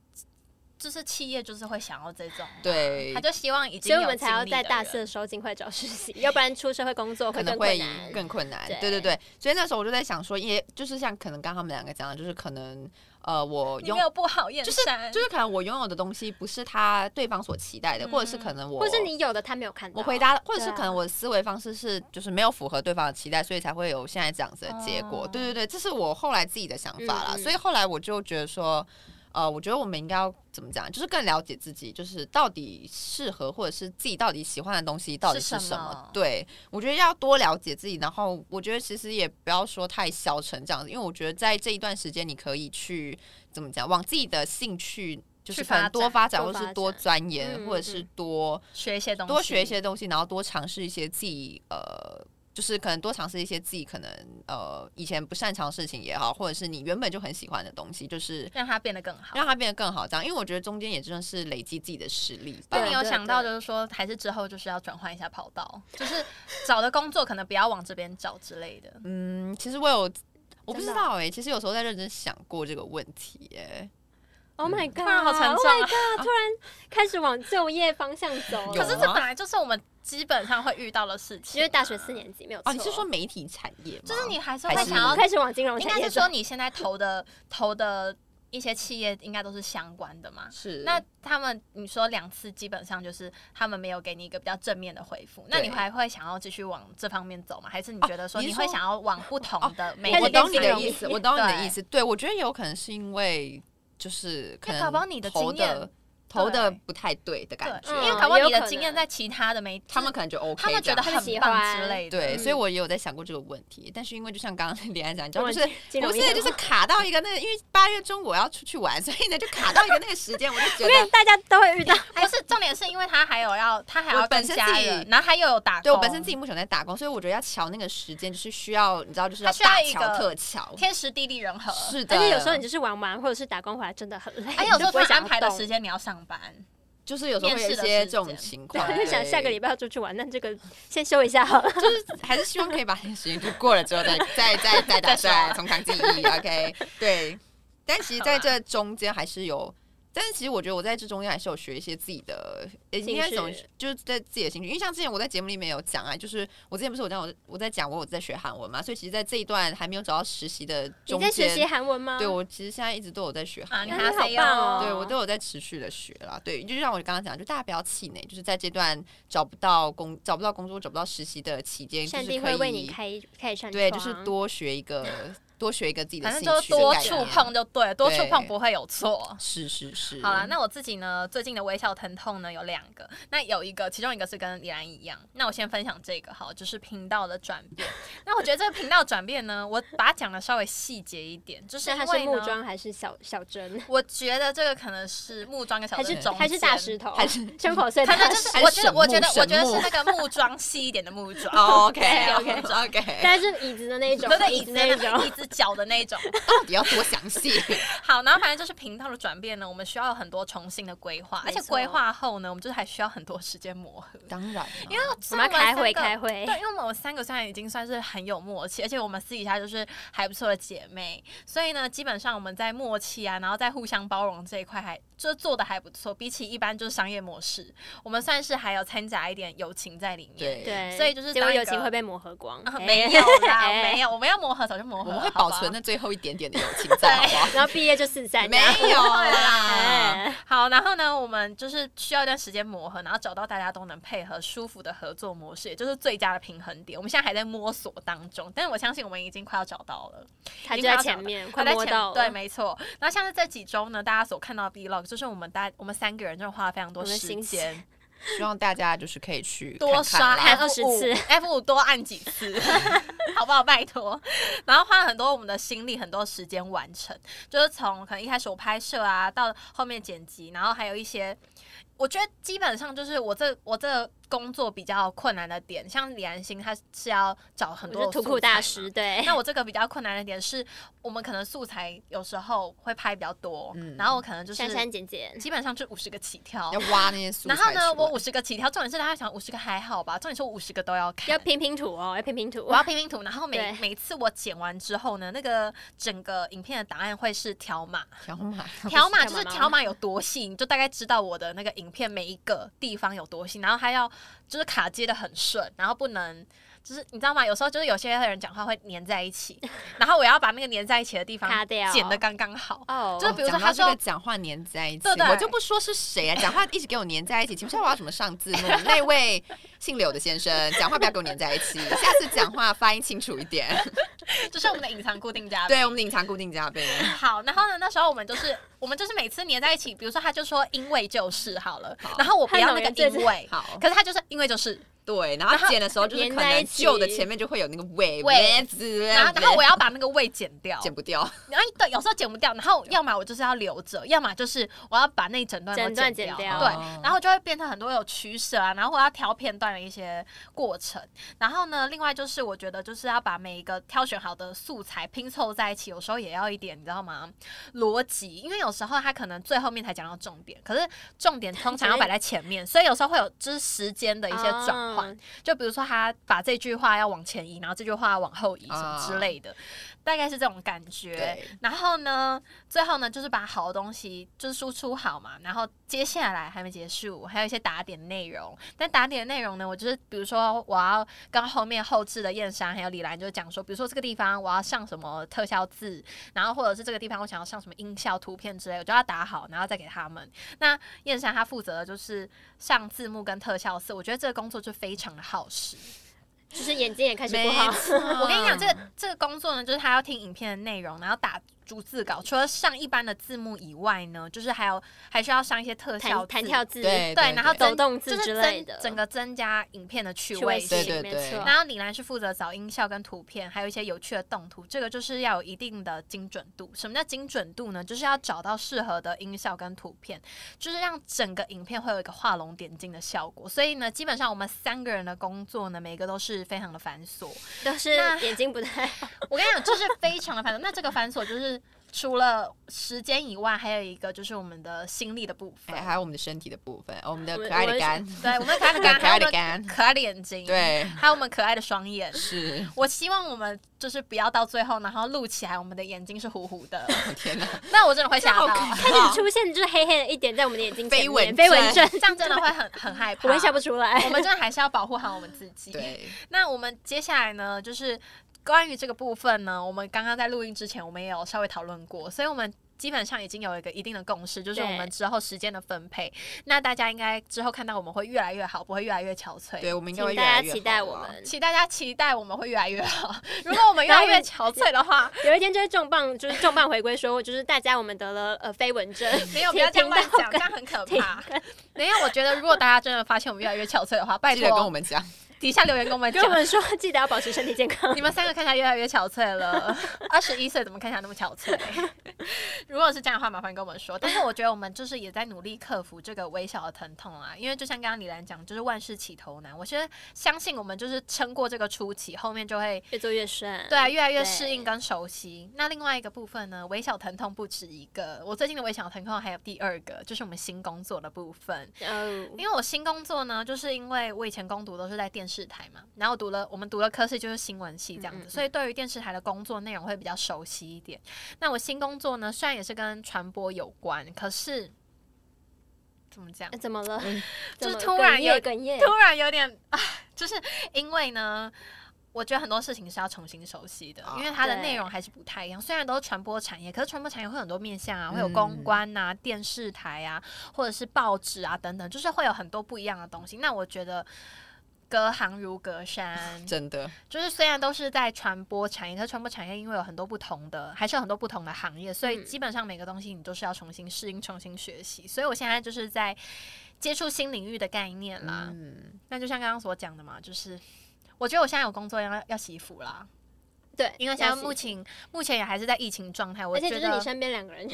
A: 就是企业就是会想要这种，，
B: 对
A: 他。就希望已经
C: 所以
A: 有
C: 我们才
A: 经
C: 要
A: 历
C: 在
A: 的
C: 大
A: 人
C: 四的时候尽快找 实习，要不然出社会工作
B: 可能
C: 更
B: 会
C: 困难。
B: 更困难，
C: 对
B: 对对对，所以那时候我就在想说，也就是像可能刚刚他们两个讲的，就是可能呃，我
A: 你
B: 拥
A: 没有不好厌
B: 就是
A: 山，
B: 就是可能我拥有的东西不是他对方所期待的，
A: 嗯
B: 或者是可能我，
C: 或是你有的他没有看到，
B: 我回答，或者是
C: 对啊
B: 可能我的思维方式是就是没有符合对方的期待，所以才会有现在这样子的结果。
A: 哦
B: 对对对，这是我后来自己的想法啦。
C: 嗯嗯
B: 所以后来我就觉得说，呃，我觉得我们应该要怎么讲，就是更了解自己，就是到底适合或者是自己到底喜欢的东西到底是
A: 是
B: 什
A: 什
B: 么。
A: 么
B: 对我觉得要多了解自己，然后我觉得其实也不要说太消沉这样子，因为我觉得在这一段时间你可以去怎么讲，往自己的兴趣。就是
A: 去
B: 可能
A: 发
B: 多
A: 展
B: 发展，
C: 多
B: 或是
C: 发
B: 多
C: 展
B: 钻研，
C: 嗯
B: 或者
C: 嗯
B: 是
C: 嗯
B: 多
A: 学一些东西，
B: 多学一些东西，然后多尝试一些自己呃，就是可能多尝试一些自己可能呃以前不擅长的事情也好，或者是你原本就很喜欢的东西，就是
A: 让它变得更好。
B: 让它变得更好。这样，因为我觉得中间也真的是累积自己的实力吧。
A: 那你有
C: 对
A: 想到
C: 对
A: 就是说，还是之后就是要转换一下跑道，就是找的工作可能不要往这边找之类的。
B: 嗯，其实我有。我不知
C: 真的啊
B: 道哎、其实有时候在认真想过这个问题哎、
C: ，Oh
B: 嗯
C: my god，
A: 突然好沉
C: Oh
A: 重
C: my
A: 啊
C: god，突然开始往就业方向走
B: 有啊
A: 可是
C: 了。
A: 这本来就是我们基本上会遇到的事情，
C: 哦因为大学四年级没有错，
B: 哦，你是说媒体产业吗？
A: 就是你还是
B: 还
A: 会
B: 是
A: 想要
B: 你
C: 开始往金融
A: 应
C: 产
A: 该
C: 业
A: 是
C: 走
A: 说？你现在投的投的一些企业应该都是相关的嘛？
B: 是
A: 那他们你说两次基本上就是他们没有给你一个比较正面的回复，那你还会想要继续往这方面走吗？还是
C: 哦
A: 你觉得说
B: 你是
A: 你
B: 说
A: 会想要往不同的每
C: 开
A: 个
B: 我
C: 始
B: 懂你
C: 变金
B: 的
C: 融
B: 意
C: 业
B: 思，我懂你的
A: 对
B: 意思。对，我觉得有可能是因为就是可
A: 因为
B: 能
A: 搞不好你的
B: 投
A: 经验
B: 的投的
A: 对
B: 不太对的感
A: 对，
B: 觉，
A: 因为
C: 嗯
A: 搞不好
C: 也有
A: 你的
C: 可
A: 经验
C: 能
A: 在其他的媒体，
B: 他们可能就 OK，
A: 他们觉得
B: 这样
A: 很
C: 喜
A: 棒
C: 欢
A: 之类的，
B: 对，所以
C: 嗯
B: 我也有在想过这个问题。但是因为就像刚刚李安讲，你知道，
C: 往
B: 就是
C: 金
B: 不
C: 融
B: 是
C: 业
B: 就是卡到一个那个，因为八月中我要出去玩，所以呢就卡到一个那个时间，我就觉
C: 因为
B: 得。
C: 大家都会遇到，
A: 不是重点是因为他还有要他还
B: 我
A: 要
B: 本
A: 跟
B: 身
A: 家
B: 自己
A: 人，然后他又有打工，
B: 对我本身自己目前在打工，所以我觉得要瞧那个时间，就是需要你知道，就是
A: 它需要
B: 大
A: 一
B: 瞧
A: 个
B: 特瞧。
A: 天时地利人和，
B: 是的，
C: 而且有时候你就是玩玩或者是打工回来真的很累，
A: 还有时候
C: 不
A: 他
C: 会想
A: 安排的时
C: 间，
A: 间你要上班，
B: 就是有时候会有一
A: 面试的
B: 些
A: 时
B: 这种
A: 间
B: 情况，
C: 对，就想下个
B: 对
C: 礼拜要出去玩，那这个先休一下好了。
B: 就是还是希望可以把那个时间就过了之后再再再 再打算重扛记忆。OK，对。 但其实在这中间还是有，但是其实我觉得我在这中间还是有学一些自己的，呃
C: 兴趣
B: 应该怎么就是在自己的兴趣。因为像之前我在节目里面有讲啊，就是我之前不是我讲我我在讲我有在学韩文嘛，所以其实在这一段还没有找到实习的
C: 你
B: 中
C: 在学习
B: 间，
C: 韩文吗？
B: 对我其实现在一直都有在学
A: 啊，
B: 韩
A: 你
B: 文。
C: 那你好
A: 还
C: 棒哦
B: 对我都有在持续的学啦。对，就像我刚刚讲，就大家不要气馁，就是在这段找不到工、找不到工作、找不到实习的期间，就
C: 上
B: 是
C: 帝
B: 可
C: 会
B: 以
C: 为你开一开一扇
B: 对，就
C: 窗啊
B: 是多学一个， 多学一个自己的
A: 反
B: 兴
A: 正
B: 趣
A: 就是
B: 的
A: 多
B: 概
A: 触
B: 念
A: 碰。就对，多触
B: 对
A: 碰不会有错。
B: 是是是，
A: 好啦，那我自己呢，最近的微笑疼痛呢有两个，那有一个，其中一个是跟李兰一样。那我先分享这个好，就是频道的转变。那我觉得这个频道转变呢，我把它讲的稍微细节一点，就是
C: 那
A: 因
C: 他是
A: 为
C: 木
A: 呢，
C: 桩还是小小针，
A: 我觉得这个可能是木桩跟小
C: 还
A: 镇
C: 是
A: 中
C: 还是大
A: 间
C: 石，头，
B: 还是
C: 胸口碎
A: 可
C: 大
A: 能就是
C: 石
B: 还是
A: 我觉得我觉得
B: 神木
A: 我觉得
B: 神木
A: 是那个木桩细一点的木桩。
B: 哦 OK
A: 对
B: OK OK，
C: 但是椅子的那一种，
A: 对对，
C: 椅
A: 椅 子
C: 子那一
A: 那
C: 种，
A: 椅子子脚的那种。
B: 到底要多详 细？
A: 好，然后反正就是频道的转变呢，我们需要有很多重新的规划，而
C: 没
A: 且
C: 错
A: 规划后呢，我们就是还需要很多时间磨合。
B: 当然啦，
A: 因为
C: 我
A: 虽
C: 们
A: 然
C: 要开会
A: 三个
C: 开会
A: 对，因为我们三个虽然已经算是很有默契，而且我们私底下就是还不错的姐妹，所以呢，基本上我们在默契啊，然后在互相包容这一块还就是做的还不错。比起一般就是商业模式，我们算是还有掺杂一点友情在里面。
B: 对
C: 对，
A: 所以就是
C: 结果
A: 当一
C: 友情
A: 个
C: 会被磨合光，
A: 啊，
C: 哎
A: 没有啦，
C: 哎
A: 没有，我们要磨合早就磨合
B: 我
A: 了，
B: 们会
A: 好
B: 保
A: 不好
B: 存那最后一点点的友情在，好不 好？
C: 然后毕业就四散，
B: 没有
A: 啊
B: 啦，
C: 哎，
A: 好，然后呢，我们就是需要一段时间磨合，然后找到大家都能配合、舒服的合作模式，也就是最佳的平衡点。我们现在还在摸索当中，但是我相信我们已经快要找到了，
C: 他
A: 已
C: 就
A: 经快
C: 在
A: 要
C: 前
A: 找
C: 面，
A: 快
C: 快
A: 在
C: 摸
A: 前
C: 到
A: 对，
C: 了，
A: 没错。然后像是这几周呢，大家所看到的 vlog，就是我们大我们三个人真的花了非常多
C: 我们
A: 时
C: 心情
A: 间，
B: 希望大家就是可以去
A: 多
B: 看看
A: 刷
B: 啦
C: 看
A: F
C: 20
A: 五
C: 次
A: F 五多按几次， 好不好？拜托。然后花了很多我们的心力，很多时间完成，就是从可能一开始我拍摄啊，到后面剪辑，然后还有一些，我觉得基本上就是我这我这工作比较困难的点，像李安心他是要找很
C: 我
A: 多
C: 是图
A: 素
C: 库大
A: 材
C: 师，
A: 嘛。
C: 对，
A: 那我这个比较困难的点是，我们可能素材有时候会拍比较多，
B: 嗯
A: 然后我可能就是
C: 删删减减，
A: 基本上就五十个起 跳，
B: 要挖那些素材
A: 然
B: 出
A: 后
B: 来。
A: 呢，我五十个起跳，重点是大家想五十个还好吧？重点是我五十个都要看
C: 要，拼拼图哦，要拼拼图
A: 我，要拼拼图。然后每
C: 对
A: 每次我剪完之后呢，那个整个影片的档案会是条 码，
B: 条码，
A: 条码就
C: 条码
A: 是
C: 吗
A: 条码有多细，你就大概知道我的那个影片每一个地方有多细。然后还要就是卡接的很顺，然后不能。就是你知道吗？有时候就是有些人讲话会粘在一 起，然后我要把那个粘在一起的地方
C: 卡掉
A: 剪的刚刚好。
C: 哦，
A: 就比如说
B: 讲
A: 他
B: 到这
A: 说
B: 个讲话粘在一起，
A: 对对
B: 我就不说是谁啊，讲话一直给我粘在一起。请问我要怎么上字幕？那位姓柳的先生，讲话不要给我粘在一起，下次讲话发音清楚一点。
A: 就是我们的隐藏固定 嘉宾。
B: 对我们的隐藏固定嘉宾，
A: 好，然后呢？那时候我们就是 我们就是每次黏在一起，比如说他就说因为就是好了，然后我不要那个因为，
B: 好，
A: 可是他就是因为就是，
B: 对，然后剪的时候就是可
C: 粘在
B: 能
C: 一起
B: 旧的前面就会有那个尾
A: 尾
B: 子，
A: 然后然后我要把那个味剪掉，
B: 剪不掉，
A: 然后对，有时候剪不掉，然后要么我就是要留着，要么就是我要把那一整段都
C: 整段
A: 剪
C: 剪
A: 掉，对
C: 掉
B: 哦，
A: 然后就会变成很多有取舍啊，然后我要挑片段的一些过程，然后呢，另外就是我觉得就是要把每一个挑选好的素材拼凑在一起，有时候也要一点你知道吗？逻辑，因为有时候他可能最后面才讲到重点，可是重点通常要摆在前面，所以有时候会有就是时间的一些转换，
C: 哦
A: 就比如说他把这句话要往前移，然后这句话往后移什么之类的，大概是这种感觉
B: 啊对。
A: 然后呢，最后呢就是把好的东西就是输出好嘛，然后接下来还没结束，还有一些打点内容。但打点内容呢，我就是比如说我要刚后面后置的燕山还有李兰就讲说，比如说这个地方我要上什么特效字，然后或者是这个地方我想要上什么音效、图片之类，我就要打好，然后再给他们。那燕山他负责的就是上字幕跟特效字，我觉得这个工作就非常的耗时。
C: 就是眼睛也开始不
B: 没
C: 好，
B: 错
A: 我跟你讲，这
C: 嗯
A: 个这个工作呢，就是他要听影片的内容，然后打逐字稿。除了上一般的字幕以外呢，就是还有还需要上一些特效字
C: 弹弹跳字，
B: 对
A: 对，然后增
C: 走动字
A: 就是
C: 之
A: 增
C: 类的
A: 整个增加影片的趣
C: 趣味
A: 性。
B: 对对
C: 性，没
B: 对
C: 错，
A: 然后李兰是负责找音效跟图片，还有一些有趣的动图，这个就是要有一定的精准度。什么叫精准度呢？就是要找到适合的音效跟图片，就是让整个影片会有一个画龙点睛的效果。所以呢，基本上我们三个人的工作呢，每个都是非常的繁琐。
C: 都是
A: 那
C: 眼睛不太好，
A: 我跟你讲，就是非常的繁琐。那这个繁琐就是除了时间以外，还有一个就是我们的心力的部分
B: 哎，。还有我们的身体的部分，哦我们的
C: 我
B: 可
C: 们
B: 爱
C: 我
B: 的
C: 们
B: 肝，
A: 对，我们可爱的
B: 可
A: 肝，还
B: 爱
A: 有
B: 的
A: 我们
B: 肝，
A: 可爱的眼睛，，
B: 对，
A: 还有我们可爱的双眼。
B: 是，
A: 我希望我们就是不要到最后，然后录起来我们的眼睛是糊糊 的，
B: 我天哪，
A: 那我真的会吓到，啊
B: 开
C: 开 始出现就是黑黑的一点在我们的眼睛前
B: 飞蚊
C: 面，飞蚊
B: 症
C: 症，
A: 这样真的会很很害怕。
C: 我也笑不出来
A: 我。们真的还是要保护好我们自己。
B: 对，
A: 那我们接下来呢，就是关于这个部分呢，我们刚刚在录音之前，我们也有稍微讨论过，所以我们。基本上已经有一个一定的共识，就是我们
C: 对
A: 之后时间的分配。那大家应该之后看到我们会越来越好，不会越来越憔悴。
B: 对，我们应该
C: 请
B: 会越
C: 大
B: 来
C: 家
B: 越
C: 期待
B: 好
C: 我
B: 啦
C: 们，
A: 请大家期待我们会越来越好。如果我们越来越憔悴的话，
C: 有一天就会重磅，就是重磅回归说，就是大家我们得了呃飞蚊症，
A: 没有不要这样
C: 听到
A: 乱讲，这样很可怕。没有，我觉得如果大家真的发现我们越来越憔悴的话，拜
B: 记得跟我
A: 托
B: 们讲。
A: 底下留言跟我们
C: 跟
A: 讲
C: 我。们说，记得要保持身体健 康。
A: 你们三个看起来越来越憔悴了， 二十一岁怎么看起来那么憔悴？ 如果是这样的话，麻烦跟我们说。但是我觉得我们就是也在努力克服这个微小的疼痛啊，因为就像刚刚李兰讲，就是万事起头难。我觉得相信我们就是撑过这个初期，后面就会
C: 越做越顺，
A: 对啊，越来越
C: 对
A: 适应跟熟悉。那另外一个部分呢，微小疼痛不止一个，我最近的微小疼痛还有第二个，就是我们新工作的部分。
C: 哦，
A: 因为我新工作呢，就是因为我以前攻读都是在电视台嘛，然后读了我们读的科系就是新闻系这样子，
C: 嗯嗯嗯
A: 所以对于电视台的工作内容会比较熟悉一点。那我新工作呢，虽然也是跟传播有关，可是怎么讲？
C: 怎么了？
A: 嗯就
C: 怎
A: 是
C: 么
A: 突然
C: 哽
A: 有
C: 咽哽咽，
A: 突然有点，唉就是因为呢，我觉得很多事情是要重新熟悉的，
B: 啊
A: 因为它的
C: 对嗯
A: 内容还是不太一样。虽然都是传播产业，可是传播产业会有很多面向啊，会有公关呐、电视台啊，或者是报纸啊等等，就是会有很多不一样的东西。那我觉得。隔行如隔山，
B: 真的，
A: 就是虽然都是在传播产业，可是传播产业因为有很多不同的，还是有很多不同的行业，所以
C: 嗯
A: 基本上每个东西你都是要重新适应、重新学习。所以我现在就是在接触新领域的概念啦，
B: 嗯，
A: 那就像刚刚所讲的嘛，就是我觉得我现在有工作要要洗衣服啦，
C: 对，
A: 因为现在
C: 要洗
A: 目前目前也还是在疫情状态，我
C: 而且
A: 觉
C: 就是你
A: 得
C: 身边两个人，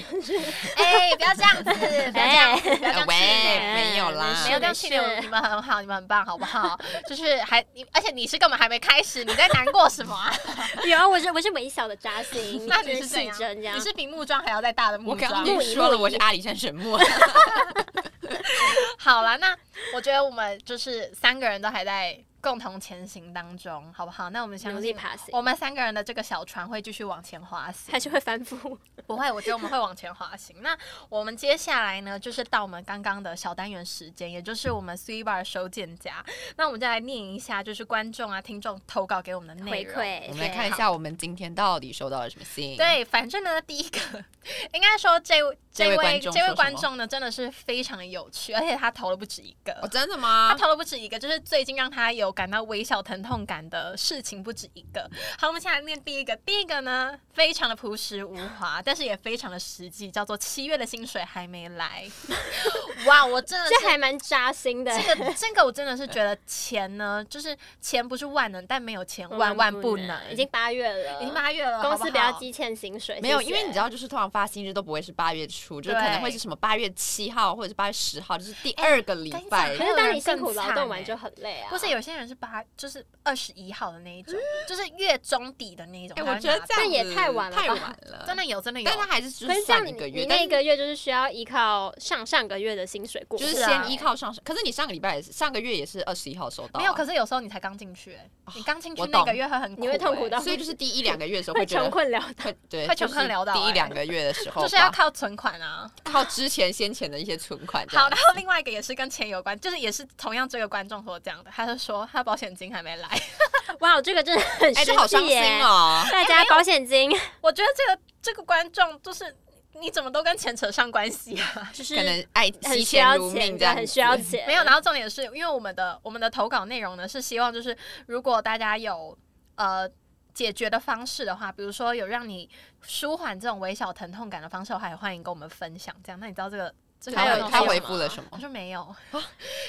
A: 哎、不要这样子，不要这样子，嗯不要这
B: 哎
A: 样气馁。
B: 喂，没有
C: 哎
B: 啦，
A: 没有这样气馁，你们很好，你们很棒，好不好？ 就是还你，而且你是根本还没开始，你在难过什么 啊？
C: 有啊，我是我是微小的扎 心，
A: 那
C: 就
A: 你
C: 是
A: 是怎
C: 细
A: 样？
C: 针这样
A: 你。是比木桩还要再大的
B: 我
A: 木
B: 刚
A: 桩？
B: 刚说了，我是阿里山神木，
A: 好啦，那我觉得我们就是三个人都还在共同前行当中，好不好？那我们
C: 努
A: 相
C: 力
A: 信
C: 爬行，
A: 我们三个人的这个小船会继续往前滑行
C: 还。是会反复。
A: 不会，我觉得我们会往前滑行。那我们接下来呢，就是到我们刚刚的小单元时间，也就是我们 C bar 收件夹。那我们就来念一下，就是观众啊、听众投稿给我们的内
C: 回
A: 容。
C: 馈。
B: 我们来看一
C: 对，
B: 下我们今天到底收到了什么信。，
A: 对，反正呢，第一个应该说这位
B: 这位
A: 位
B: 观众
A: 这
B: 说
A: 位
B: 什
A: 观
B: 么
A: 众呢，真的是非常的有趣，而且他投了不止一个。
B: 哦，真的吗
A: 他？投了啊不止一个，就是最近让他有感到微小疼痛感的事情不止一个。好，我们现在念第一个，第一个呢非常的朴实无华，但是也非常的实际，叫做七月的薪水还没来。哇，我真的
C: 这
A: 是。
C: 还蛮扎心 的。
A: 这个这个我真的是觉得钱呢，就是钱不是万能，但没有钱万万不能。
C: 已经八月了，
A: 已经八月了，
C: 公
A: 好
C: 司
A: 不
C: 不要
A: 好
C: 积欠薪水。
B: 没有，
C: 谢谢
B: 因为你知，道，就是通常发薪日都不会是八月初，就是可能
A: 对
B: 会是什么八月七号或者是八月十号，就是第
A: 哎
B: 二个礼拜哎
A: 跟你讲。还有人
C: 可是当你
A: 更
C: 辛苦劳
A: 惨
C: 动
A: 欸
C: 完就很累啊。
A: 不是有些人是八，就是二十一号的那一种，就是月中底的那一种。
B: 哎，
A: 才
B: 我
A: 会
B: 觉得
A: 拿
B: 这样
A: 到
B: 子
C: 也太晚了吧
B: 太晚了，
A: 真的有，真的有。
B: 但他还是就
C: 可
B: 是
C: 是这样
B: 算
C: 你
B: 一个
C: 你
B: 月，但
C: 那个月就是需要依靠上上个月的薪水过，
B: 就是
A: 是啊
B: 先依靠上，可是你上个礼拜也是上个月也是二十一号收到啊，
A: 没有，可是有时候你才刚进去、欸，你刚进去
B: 哦我
A: 那个
B: 懂
A: 月会很苦、
C: 你会痛苦
A: 欸
C: 到
B: 所以就是第一两个月的时候
C: 会
B: 觉得
C: 穷困潦倒。
B: 会对
A: 会
B: 就
A: 穷困
B: 是
A: 潦倒
B: 第一
A: 哎
B: 两个月的时候吧，
A: 就是要靠存款啊。
B: 靠之前先前的一些存款这
A: 好，
B: 样。
A: 然后另外一个也是跟钱有关，就是也是同样这个观众所讲的，他就说他保险金还没来。
C: 哇，这个真的很
B: 哎，
C: 实
B: 这好伤
C: 际
B: 心
C: 耶！
B: 哦。
C: 大家保险金
A: 我觉得这个这个观众就是你怎么都跟钱扯上关系啊？
C: 就是
B: 可能爱
C: 很
B: 惜
C: 需
B: 钱
C: 要
B: 如
C: 钱，
B: 命这
C: 对，
B: 样
C: 很需要
B: 子
C: 钱。
A: 没有，然后重点是因为我们的我们的投稿内容呢是希望就是如果大家有呃。解决的方式的话，比如说有让你舒缓这种微小疼痛感的方式的话，也欢迎跟我们分享。这样，那你知道这个这个
B: 他
C: 还有
A: 观
B: 回
A: 众
B: 他
A: 说
B: 回
A: 什么
B: 复了什么
C: 嗯
A: 我？说没有，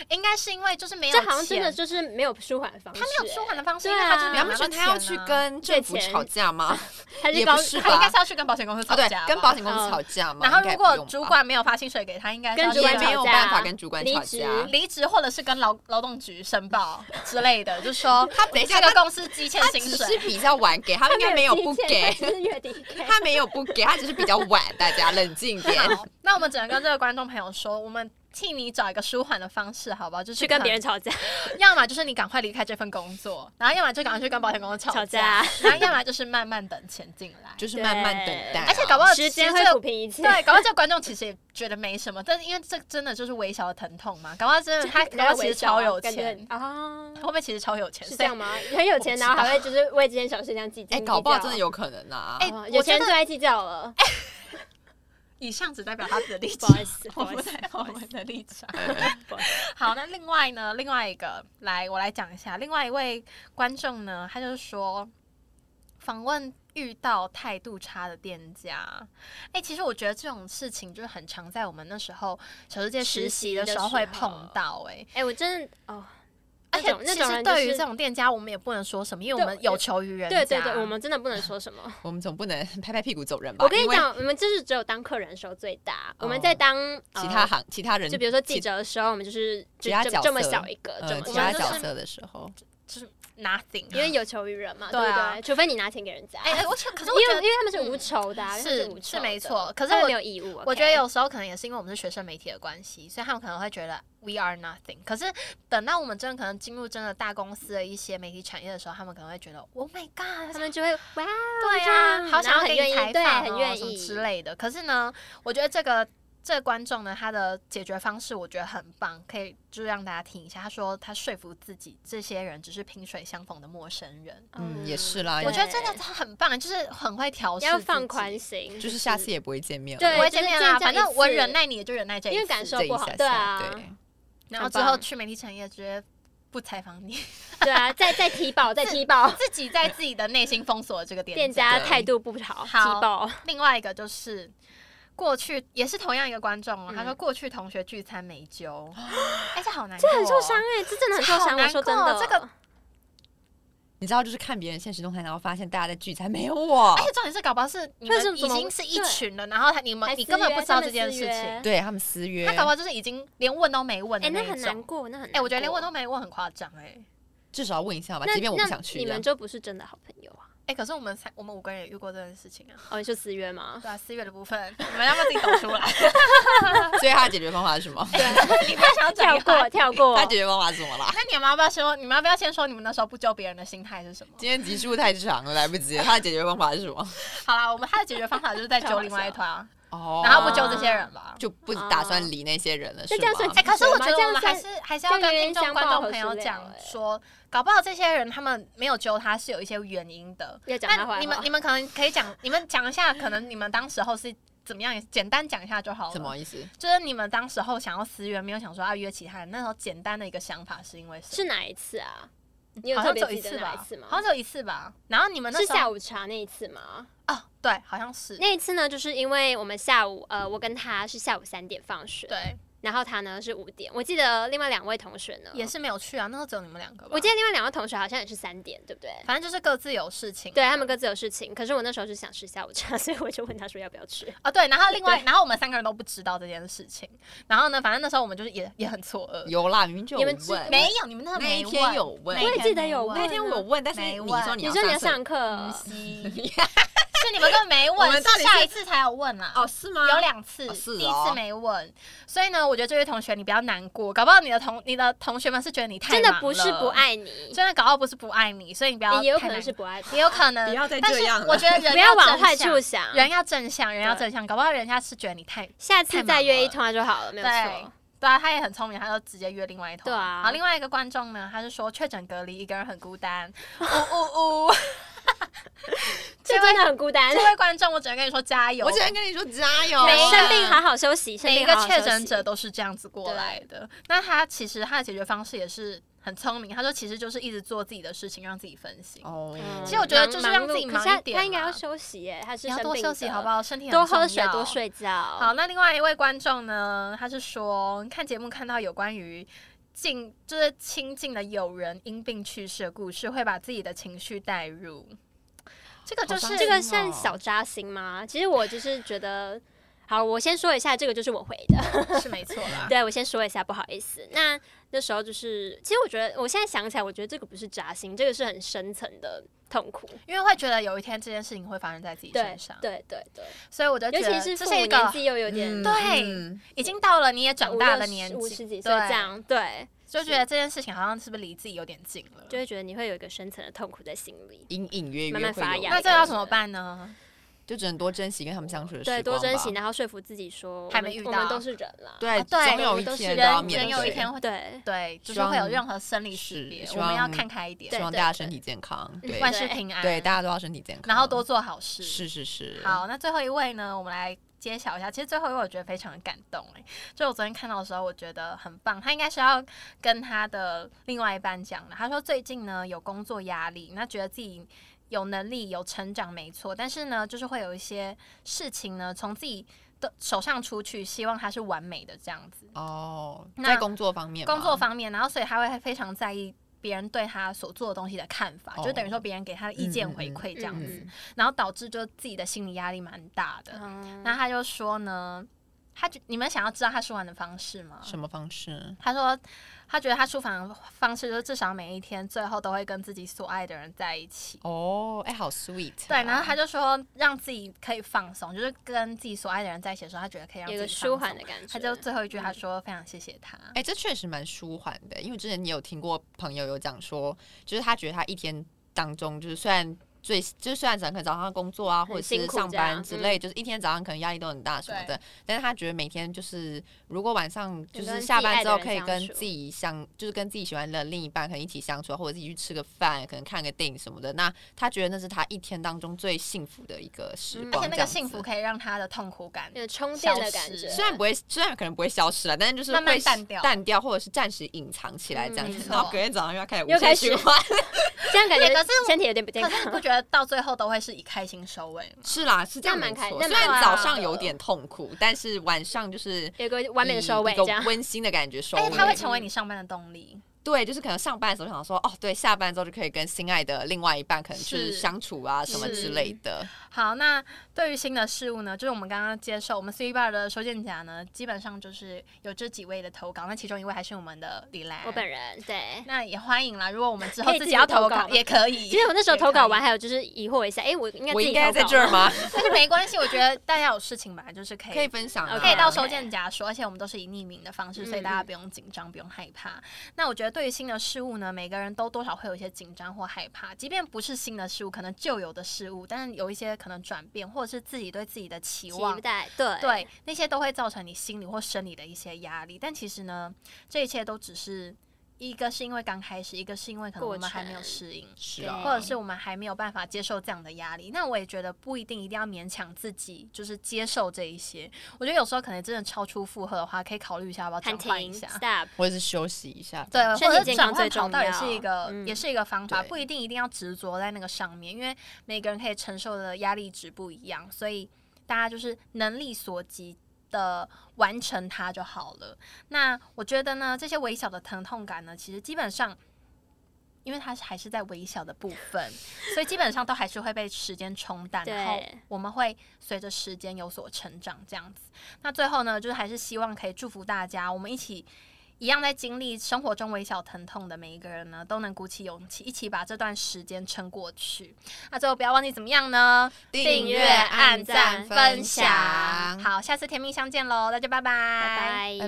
A: 应该是因为就是没有
C: 啊这
A: 钱，
C: 好像真的就是没有舒缓方式
A: 他
C: 欸，
A: 没有舒缓的方式，
C: 对
A: 因
C: 啊
A: 为他就是
B: 你
A: 没有拿
B: 要不
A: 到
B: 说
A: 钱
B: 他要去
A: 啊，
B: 跟政
C: 借
B: 府
C: 钱
B: 吵架吗？
C: 啊欸还是
B: 也
C: 高
B: 不是
A: 他应该
B: 吧
A: 是？要去跟保险公司
B: 哦，
A: 吵
B: 对
A: 架吧，，
B: 跟保险公司
C: 嗯
B: 吵架嘛。
A: 然后
B: 应该
A: 如
B: 也不
A: 果
B: 用
A: 主
B: 吧
A: 管没有发薪水给他，应该是
C: 跟
A: 要
C: 主
A: 去
C: 管
B: 也没
A: 找
B: 有
C: 吵架
B: 办法跟主管
C: 离
B: 吵
C: 职
B: 架。
A: 离职或者是跟劳劳动局申 报之类的，就 说
B: 他等一下
A: 这个
B: 他
A: 公司积欠
B: 他
A: 薪
B: 只是
A: 水。
B: 比较晚给，他
C: 他
B: 应该没有不
C: 积欠
B: 给，
C: 他只是月底给。
B: 他没有不给，他只是比较晚。大家冷静一点。
A: 好，那我们只能跟这个观众朋友说，我们替你找一个舒缓的方式，好不好？就是
C: 去跟
A: 可
C: 别
A: 能
C: 人吵架，
A: 要么就是你赶快离开这份工作，然后要么就赶快去跟保险公司
C: 吵
A: 架
C: 架，
A: 然后要么就是慢慢等钱进来。
B: 就是慢慢等
C: 对
B: 待啊，
A: 而且搞不好
C: 时间
A: 其
C: 会
A: 实这个
C: 抚平一 切。
A: 对，搞到这个观众其实也觉得没什么，但是因为这真的就是微小的疼痛嘛，搞到真的 他搞到其实超有钱，
C: 啊
A: 会，不会其实超有钱？
C: 是这
A: 所以
C: 样吗？很有钱，
A: 我不知道
C: 然后还会就是为这件小事这样 计较。
B: 哎、搞不好真的有可能啊！
A: 哎
C: 计较。哦
A: 我哎
C: 有钱
A: 觉
C: 人
A: 得
C: 最爱计较了。
A: 以上只代表他自己的立
C: 不
A: 场
C: 好，意思，不
A: 我
C: 好意
A: 不
C: 思
A: 代，
C: 不
A: 表
C: 好
A: 我
C: 意思
A: 们的立场。
C: 不好意思。
A: 好，那另外呢，另外一个来我来讲一下，另外一位观众呢，他就说。访问遇到态度差的店家。哎、其实我觉得这种事情就是很常在我们那时候小世界
C: 实
A: 实
C: 习
A: 习的
C: 的
A: 时候
C: 时
A: 会
C: 候
A: 碰到、哎。
C: 哎、我真的哦，
A: 而
C: 那
A: 且
C: 种那
A: 其
C: 种
A: 实
C: 人就
A: 对于
C: 是
A: 这种店家，我们也不能说什么，因为我
C: 对
A: 们有求于人家。
C: 对对对，我们真的不能说 什么。
B: 我们总不能拍拍屁股走人吧？
C: 我跟你
B: 因为
C: 讲，我们就是只有当客人的时候最大，我们
B: 哦
C: 在当
B: 其
C: 呃
B: 他行其他人
C: 就比如说记
B: 其
C: 者的时候，我们就是
B: 其
C: 就
B: 他
C: 这
B: 角
C: 这么
B: 色
C: 小一个，这
B: 呃
C: 么
B: 其
A: 我
C: 小
B: 他
A: 们
C: 一
A: 就
C: 个
B: 角
A: 是
B: 色的时候，
A: 就是 nothing，
C: 因为有求于人嘛，
A: 对
C: 对不
A: 啊
C: 对？除非你拿钱给人家，
A: 哎、哎我可可是
C: 因
A: 我觉
C: 为
A: 得
C: 因为他们是无酬的啊，
A: 嗯
C: 因为他
A: 是
C: 们无酬
A: 是没
C: 的
A: 错可是
C: 他们
A: 我
C: 没有义务。
A: 我觉得有时候可能也是因为我们是学生媒体的关系，所以他们可能会觉得 we are nothing。可是等到我们真的可能进入真的大公司的一些媒体产业的时候，他们可能会觉得 oh my
C: 他
A: god，
C: 们就会哇，
A: 对
C: 这
A: 呀、
C: 样
A: 好想
C: 然
A: 要
C: 后
A: 给
C: 很
A: 你
C: 愿意
A: 采
C: 对
A: 访、哦、
C: 很愿
A: 什么之
C: 意
A: 类的。可是呢，我觉得这个。这个观众呢，他的解决方式我觉得很棒，可以就是让大家听一下。他说他说服自己，这些人只是萍水相逢的陌生人。
B: 嗯，也是啦。
C: 对
A: 我觉得真的他很棒，哦就是很会调试，
C: 要放宽，心，
B: 就是下次也不会见面了，
C: 对
A: 不会
C: 就是
A: 见面
C: 见
A: 啦。
C: 这
A: 反
C: 样一
A: 正我
C: 次
A: 忍耐你，也就忍耐这一次，
C: 因为感受
B: 这一
C: 不好
B: 下下，
C: 对啊
B: 对，
A: 然后
C: 很
A: 之后
C: 棒
A: 去媒体产业直接不采访你，，
C: 对啊，再再踢爆，再踢爆
A: 自己在自己的内心封锁了这个
C: 店
A: 店
C: 家
B: 对
C: 态度不好，踢
A: 好
C: 爆，
A: 另外一个就是。过去也是同样一个观众哦，他说
C: 嗯
A: 过去同学聚餐没 揪，哎，这好难，
C: 这很受伤。哎，这真的
A: 这
C: 很受
A: 好
C: 伤。我
A: 难
C: 说真
A: 过
C: 的，
A: 这个
B: 你知道，就是看别人现实动态，然后发现大家在聚餐，没有我
A: 而，且重点是，搞不好是你
C: 这
A: 们
C: 是
A: 已
C: 怎么
A: 经是一
C: 对
A: 群了，然后他你们
C: 还
A: 你
C: 私
A: 根本
C: 约
A: 不知
C: 他
A: 道
C: 们
A: 这件
C: 私
A: 事情
C: 约，
B: 对他们私约，
A: 他搞不好就是已经连问都没问的
C: 哎，那
A: 那
C: 很
A: 一
C: 难
A: 种。
C: 过，那很难
A: 哎，我觉得连
C: 过
A: 问都没问很夸张哎
B: 至少要问一下吧，
C: 那
B: 即便我不
C: 那
B: 想去
C: 你
B: 这样，
C: 们就不是真的好朋友啊？
A: 哎，可是我们三我们五个人也遇过这件事情啊，
C: 哦，你说私约吗？
A: 对啊，四月的部分 你们要不要自己抖出 来？
B: 所以他的解决方法是什么？
A: 啊 你不要想要转
C: 跳
A: 移话
C: 过，跳过
B: 他。解决方法是什么 啦？
A: 那你们要不要说？你们要不要先说你们那时候不揪别人的心态是什么？
B: 今天集数太长了，来不及了。他的解决方法是什么？
A: 好啦，我们他的解决方法就是在揪另外一团啊，
B: 哦
A: 然后不揪这些人吧。
B: 就不打算理那些人了，是
C: 那这样算
B: 吧
A: 哎、？可是我觉得
C: 这
A: 我
C: 样
A: 们还是还是要跟听众、观众朋友
C: 这样冤冤相报
A: 讲
C: 何时了
A: 说，搞不好这些人他们没有揪他是有一些原因的。
C: 要讲他坏
A: 那
C: 话。
A: 你们你们可能可以讲，你们讲一下，可能你们当时候是怎么样，简单讲一下就好了。
B: 什么意思？
A: 就是你们当时候想要私约，没有想说要约其他人，那时候简单的一个想法是因为什
C: 是哪一次啊？你
A: 么？
C: 有
A: 好
C: 特
A: 像
C: 别
A: 只有一
C: 记得
A: 次
C: 哪一
A: 吧
C: 次，
A: 好
C: 吗
A: 像？只有一次吧。然后你们那
C: 是
A: 时候
C: 下午茶那一次吗？
A: 哦，对，好像是
C: 那一次呢，就是因为我们下午，呃，我跟他是下午三点放学，
A: 对，
C: 然后他呢是五点。我记得另外两位同学呢
A: 也，是没有去啊。那时候只有你们两个吧。
C: 嗯我记得另外两位同学好像也是三点，对不对？
A: 反正就是各自有事情。
C: 对他们各自有事情，可是我那时候是想吃下午茶， 所以我就问他说要不要吃。
A: 哦，对，然后另外
C: 对，
A: 然后我们三个人都不知道这件事情。然后呢，反正那时候我们就是也也很错愕。
B: 有啦，明明就有
C: 你们知
B: 问，
A: 没有，你们那时候
B: 那一
A: 没
B: 天有问
A: 那一
C: 我也记得
A: 没
C: 有
B: 那
C: 问
B: 天我有问，但是
A: 没
B: 你
A: 问
B: 说你
C: 你
B: 要
C: 说你要
B: 上
C: 上课，
A: 是你们都没
B: 我
A: 问，
B: 们
A: 是
B: 到底是
A: 下一次才有问啊。
B: 哦，是吗？
A: 有两次，
C: 啊
B: 哦是哦
A: 第一次没问，所以呢，我觉得这位同学你不要难过，搞不好你的同你的同学们是觉得你太
C: 真的
A: 忙
C: 不是
A: 了
C: 不，爱你，
A: 真的搞不好不是不爱你，所以你不要
C: 也有
A: 太
C: 可能
A: 难
C: 是不爱他，
A: 也有可能
B: 不要再
A: 但
B: 这
A: 是
B: 样了
A: 我觉得人
C: 不要往
A: 正
C: 坏
A: 向
C: 处想，啊
A: 人要正向，人要
C: 对
A: 正向，搞不好人家是觉得你太
C: 下次
A: 太
C: 再
A: 忙
C: 约一
A: 了
C: 通啊就好了，没有
A: 对
C: 错。
A: 对啊，他也很聪明，他就直接约另外一头。
C: 对啊
A: 然后另外一个观众呢，他是说确诊隔离一个人很孤 单，呜呜呜。
C: 这
A: 这
C: 真
A: 位
C: 的很孤单
A: 这。 位观众，我只能跟你说加油。
B: 我只能跟你说加油。啊
A: 没事
C: 生病好好休息，生
A: 每一
C: 病
A: 个
C: 好好休
A: 确
C: 息
A: 诊者都是这样子过来的。那他其实他的解决方式也是很聪明，他说其实就是一直做自己的事情，让自己分心。
B: 哦，
C: 嗯
A: 其实我觉得就是
C: 忙
A: 让自己
C: 碌
A: 忙
C: 可是他
A: 一点
C: 他应该
A: 啦
C: 要休息耶，他是
A: 你要
C: 生
A: 多
C: 病
A: 休息
C: 的
A: 好不？好？身体很
C: 多喝
A: 重
C: 水，
A: 要
C: 多。睡觉。
A: 好，那另外一位观众呢，他是说看节目看到有关于近就是亲近的友人因病去世的故事，会把自己的情绪带入。这个就
B: 好
A: 是
B: 伤
C: 这
B: 心
C: 个
B: 哦
C: 算小扎心吗？其实我就是觉得，好，我先说一下，这个就是我回 的。
A: 是没错 啦。
C: 对，我先说一下，不好意思。那那时候就是，其实我觉得，我现在想起来，我觉得这个不是扎心，这个是很深层的痛苦。
A: 因为会觉得有一天这件事情会发生在自己
C: 对
A: 身上，
C: 对对对，
A: 所以我就觉
C: 尤
A: 得
C: 其是
A: 这
C: 父
A: 是
C: 母
A: 一
C: 年
A: 个
C: 纪又有点
B: 嗯
A: 对
B: 嗯
A: 已经到了你也长
C: 五
A: 大
C: 六
A: 的
C: 十
A: 年
C: 五
A: 纪，
C: 十几岁这
A: 对，
C: 样，对，
A: 就觉得这件事情好像是不是离自己有点近了？
C: 就会觉得你会有一个深层的痛苦在心里。
B: 隐隐约约
C: 慢慢
B: 会
C: 发
B: 有
C: 芽
A: 那这要怎么办呢？
B: 就只能多珍惜跟他们相处的时光吧
C: 对，多珍惜，。然后说服自己说，
A: 还
C: 我们
A: 没遇
C: 我们
A: 到
C: 都是人啦。
B: 对，
A: 啊对
B: 总有一
C: 都是
B: 天都要
A: 人
B: 面
A: 人
B: 对。
A: 有一天会
C: 对，
A: 对，就
B: 希
A: 是会有
B: 望
A: 任何生理识
B: 是
A: 别，
B: 希
A: 我们要
B: 望
A: 看开一点
B: 希，
C: 对
B: 望大家身体健康，对
A: 万事平嗯安，
B: 对，大家都要身体健康，
A: 然后多做好事。
B: 是是是，
A: 好，那最后一位呢，我们来揭晓一下。其实最后一位我觉得非常感动哎、就我昨天看到的时候，我觉得很棒。他应该是要跟他的另外一半讲的。他说最近呢有工作压力，那觉得自己。有能力、有成长，没错。但是呢，就是会有一些事情呢，从自己的手上出去，希望它是完美的这样子。
B: 哦，
A: 那
B: 在工作方面吗，
A: 工作方面，然后所以他会非常在意别人对他所做的东西的看法，
B: 哦
A: 就等于说别人给他的意见
B: 嗯嗯
A: 回
B: 嗯
A: 馈这样子，
C: 嗯
A: 然后导致就自己的心理压力蛮大的。
C: 嗯
A: 那他就说呢，他觉你们想要知道他舒缓的方式吗？
B: 什么方式？
A: 他说，他觉得他舒缓的方式就是至少每一天最后都会跟自己所爱的人在一起。
B: 哦，哎，好 sweet 啊。
A: 对，然后他就说让自己可以放松，就是跟自己所爱的人在一起的时候，他觉得可以让
C: 有
A: 自
C: 个
A: 己
C: 舒
A: 放
C: 缓
A: 松
C: 的。感觉。嗯
A: 他就最后一句他说非常谢谢他，
C: 啊
B: 哎、这确实蛮舒缓的，因为之前你有听过朋友有讲说，就是他觉得他一天当中，就是虽然最就是虽然早上可能早上工作啊，或者
C: 很辛
B: 是
C: 苦
B: 上
C: 这样嗯
B: 班之类，就是一天早上可能压力都很大什么的，但是他觉得每天就是如果晚上就
C: 能跟
B: 是
C: 自
B: 下
C: 己爱
B: 班之
C: 的
B: 后
C: 人
B: 可以
C: 相
B: 跟
C: 处
B: 自己相，就是跟自己喜欢的另一半可能一起相处啊，或者自己去吃个饭，可能看个电影什么的，那他觉得那是他一天当中最幸福的一个时
C: 嗯
B: 光，
C: 而
A: 而且那
B: 这
A: 个
B: 样
A: 幸
B: 子
A: 福可以让他的痛苦感
C: 有充电的感
A: 消
C: 觉，
A: 失
B: 虽然不会，虽然可能不会消失了，但是就是
A: 慢慢
B: 会
A: 淡掉
B: 淡掉或者是暂时隐藏起来这样
C: 嗯没
B: 子，
A: 错
B: 然后隔天早上又要开始无
C: 又
B: 限
C: 开始
B: 循环。
C: 这样感觉
A: 哎可是
C: 身体有点不健
A: 可是你
C: 康。
A: 不觉得到最后都会是以开心收尾 吗？
B: 是啦，是这样
C: 那蛮
B: 没
C: 开
B: 错。
C: 那
B: 虽
C: 蛮
B: 然
C: 好
B: 早
C: 的
B: 上有点痛苦，但是晚上就是
C: 有个完美的
B: 以
C: 收尾，
B: 一个
C: 这样哎
B: 温馨的感觉收
A: 而
B: 尾
A: 且。它会成为
C: 嗯
A: 你上班的动力。
B: 对，就是可能上班的时候想说，哦，对，下班之后就可以跟心爱的另外一半可能就
A: 是
B: 是相处啊什么
A: 是
B: 之类的。
A: 好，那对于新的事物呢，就是我们刚刚接受我们 C bar 的收件夹呢，基本上就是有这几位的投稿，那其中一位还是我们的李兰，
C: 我本人对。
A: 那也欢迎啦。如果我们之后
C: 可以
A: 自
C: 自己
A: 己要
C: 投
A: 投
C: 稿
A: 稿
C: 吗
A: 也可以。
C: 其实我那时候
A: 也可以
C: 投稿完，还有就是疑惑一下，哎，我应该
B: 我应
C: 自己
B: 该
C: 投
B: 在
C: 稿
B: 这儿
C: 吗？
B: 吗？
A: 但是没关系，我觉得大家有事情本来就是可以
B: 可以分享啊，
A: 可以到
C: 时候
A: 收件夹说，而且我们都是以匿名的方式，所以大
C: 嗯
A: 家不用紧张，不用害怕。那我觉得对于新的事物呢，每个人都多少会有一些紧张或害怕，即便不是新的事物，可能旧有的事物，但是有一些可能转变，或者是自己对自己的期望
C: 期。待对
A: 对，那些都会造成你心理或生理的一些压力。但其实呢，这一切都只是一个是因为刚开始，一个是因为可能
C: 过
A: 我们还没有
C: 程嗯
A: 适应，
B: 是啊，
A: 或者是我们还没有办法接受这样的压力。那我也觉得不一定一定要勉强自己，就是接受这一些。我觉得有时候可能真的超出负荷的话，可以考虑一下要不要
C: 喊
A: 转换一
C: 停
A: 下。
C: ，stop，
B: 或者是休息一下。
A: 对，
C: 身
A: 或
C: 体
A: 者
C: 健
A: 是转
C: 康最
A: 换跑
C: 重
A: 道也
C: 要
A: 是一个，
C: 嗯
A: 也是一个方法，
B: 对
A: 不一定一定要执着在那个上面，因为每个人可以承受的压力值不一样，所以大家就是能力所及。的完成它就好了。那我觉得呢，这些微小的疼痛感呢，其实基本上，因为它是还是在微小的部分，所以基本上都还是会被时间冲淡，然后
C: 对
A: 我们会随着时间有所成长，这样子。那最后呢，就是还是希望可以祝福大家，我们一起一样在经历生活中微小疼痛的每一个人呢，都能鼓起勇气，一起把这段时间撑过去。那最后不要忘记怎么样呢？
C: 订阅按赞分享
A: 好，下次甜蜜相见喽，大家拜拜，拜
C: 拜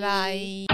B: 拜
C: 拜
B: 拜。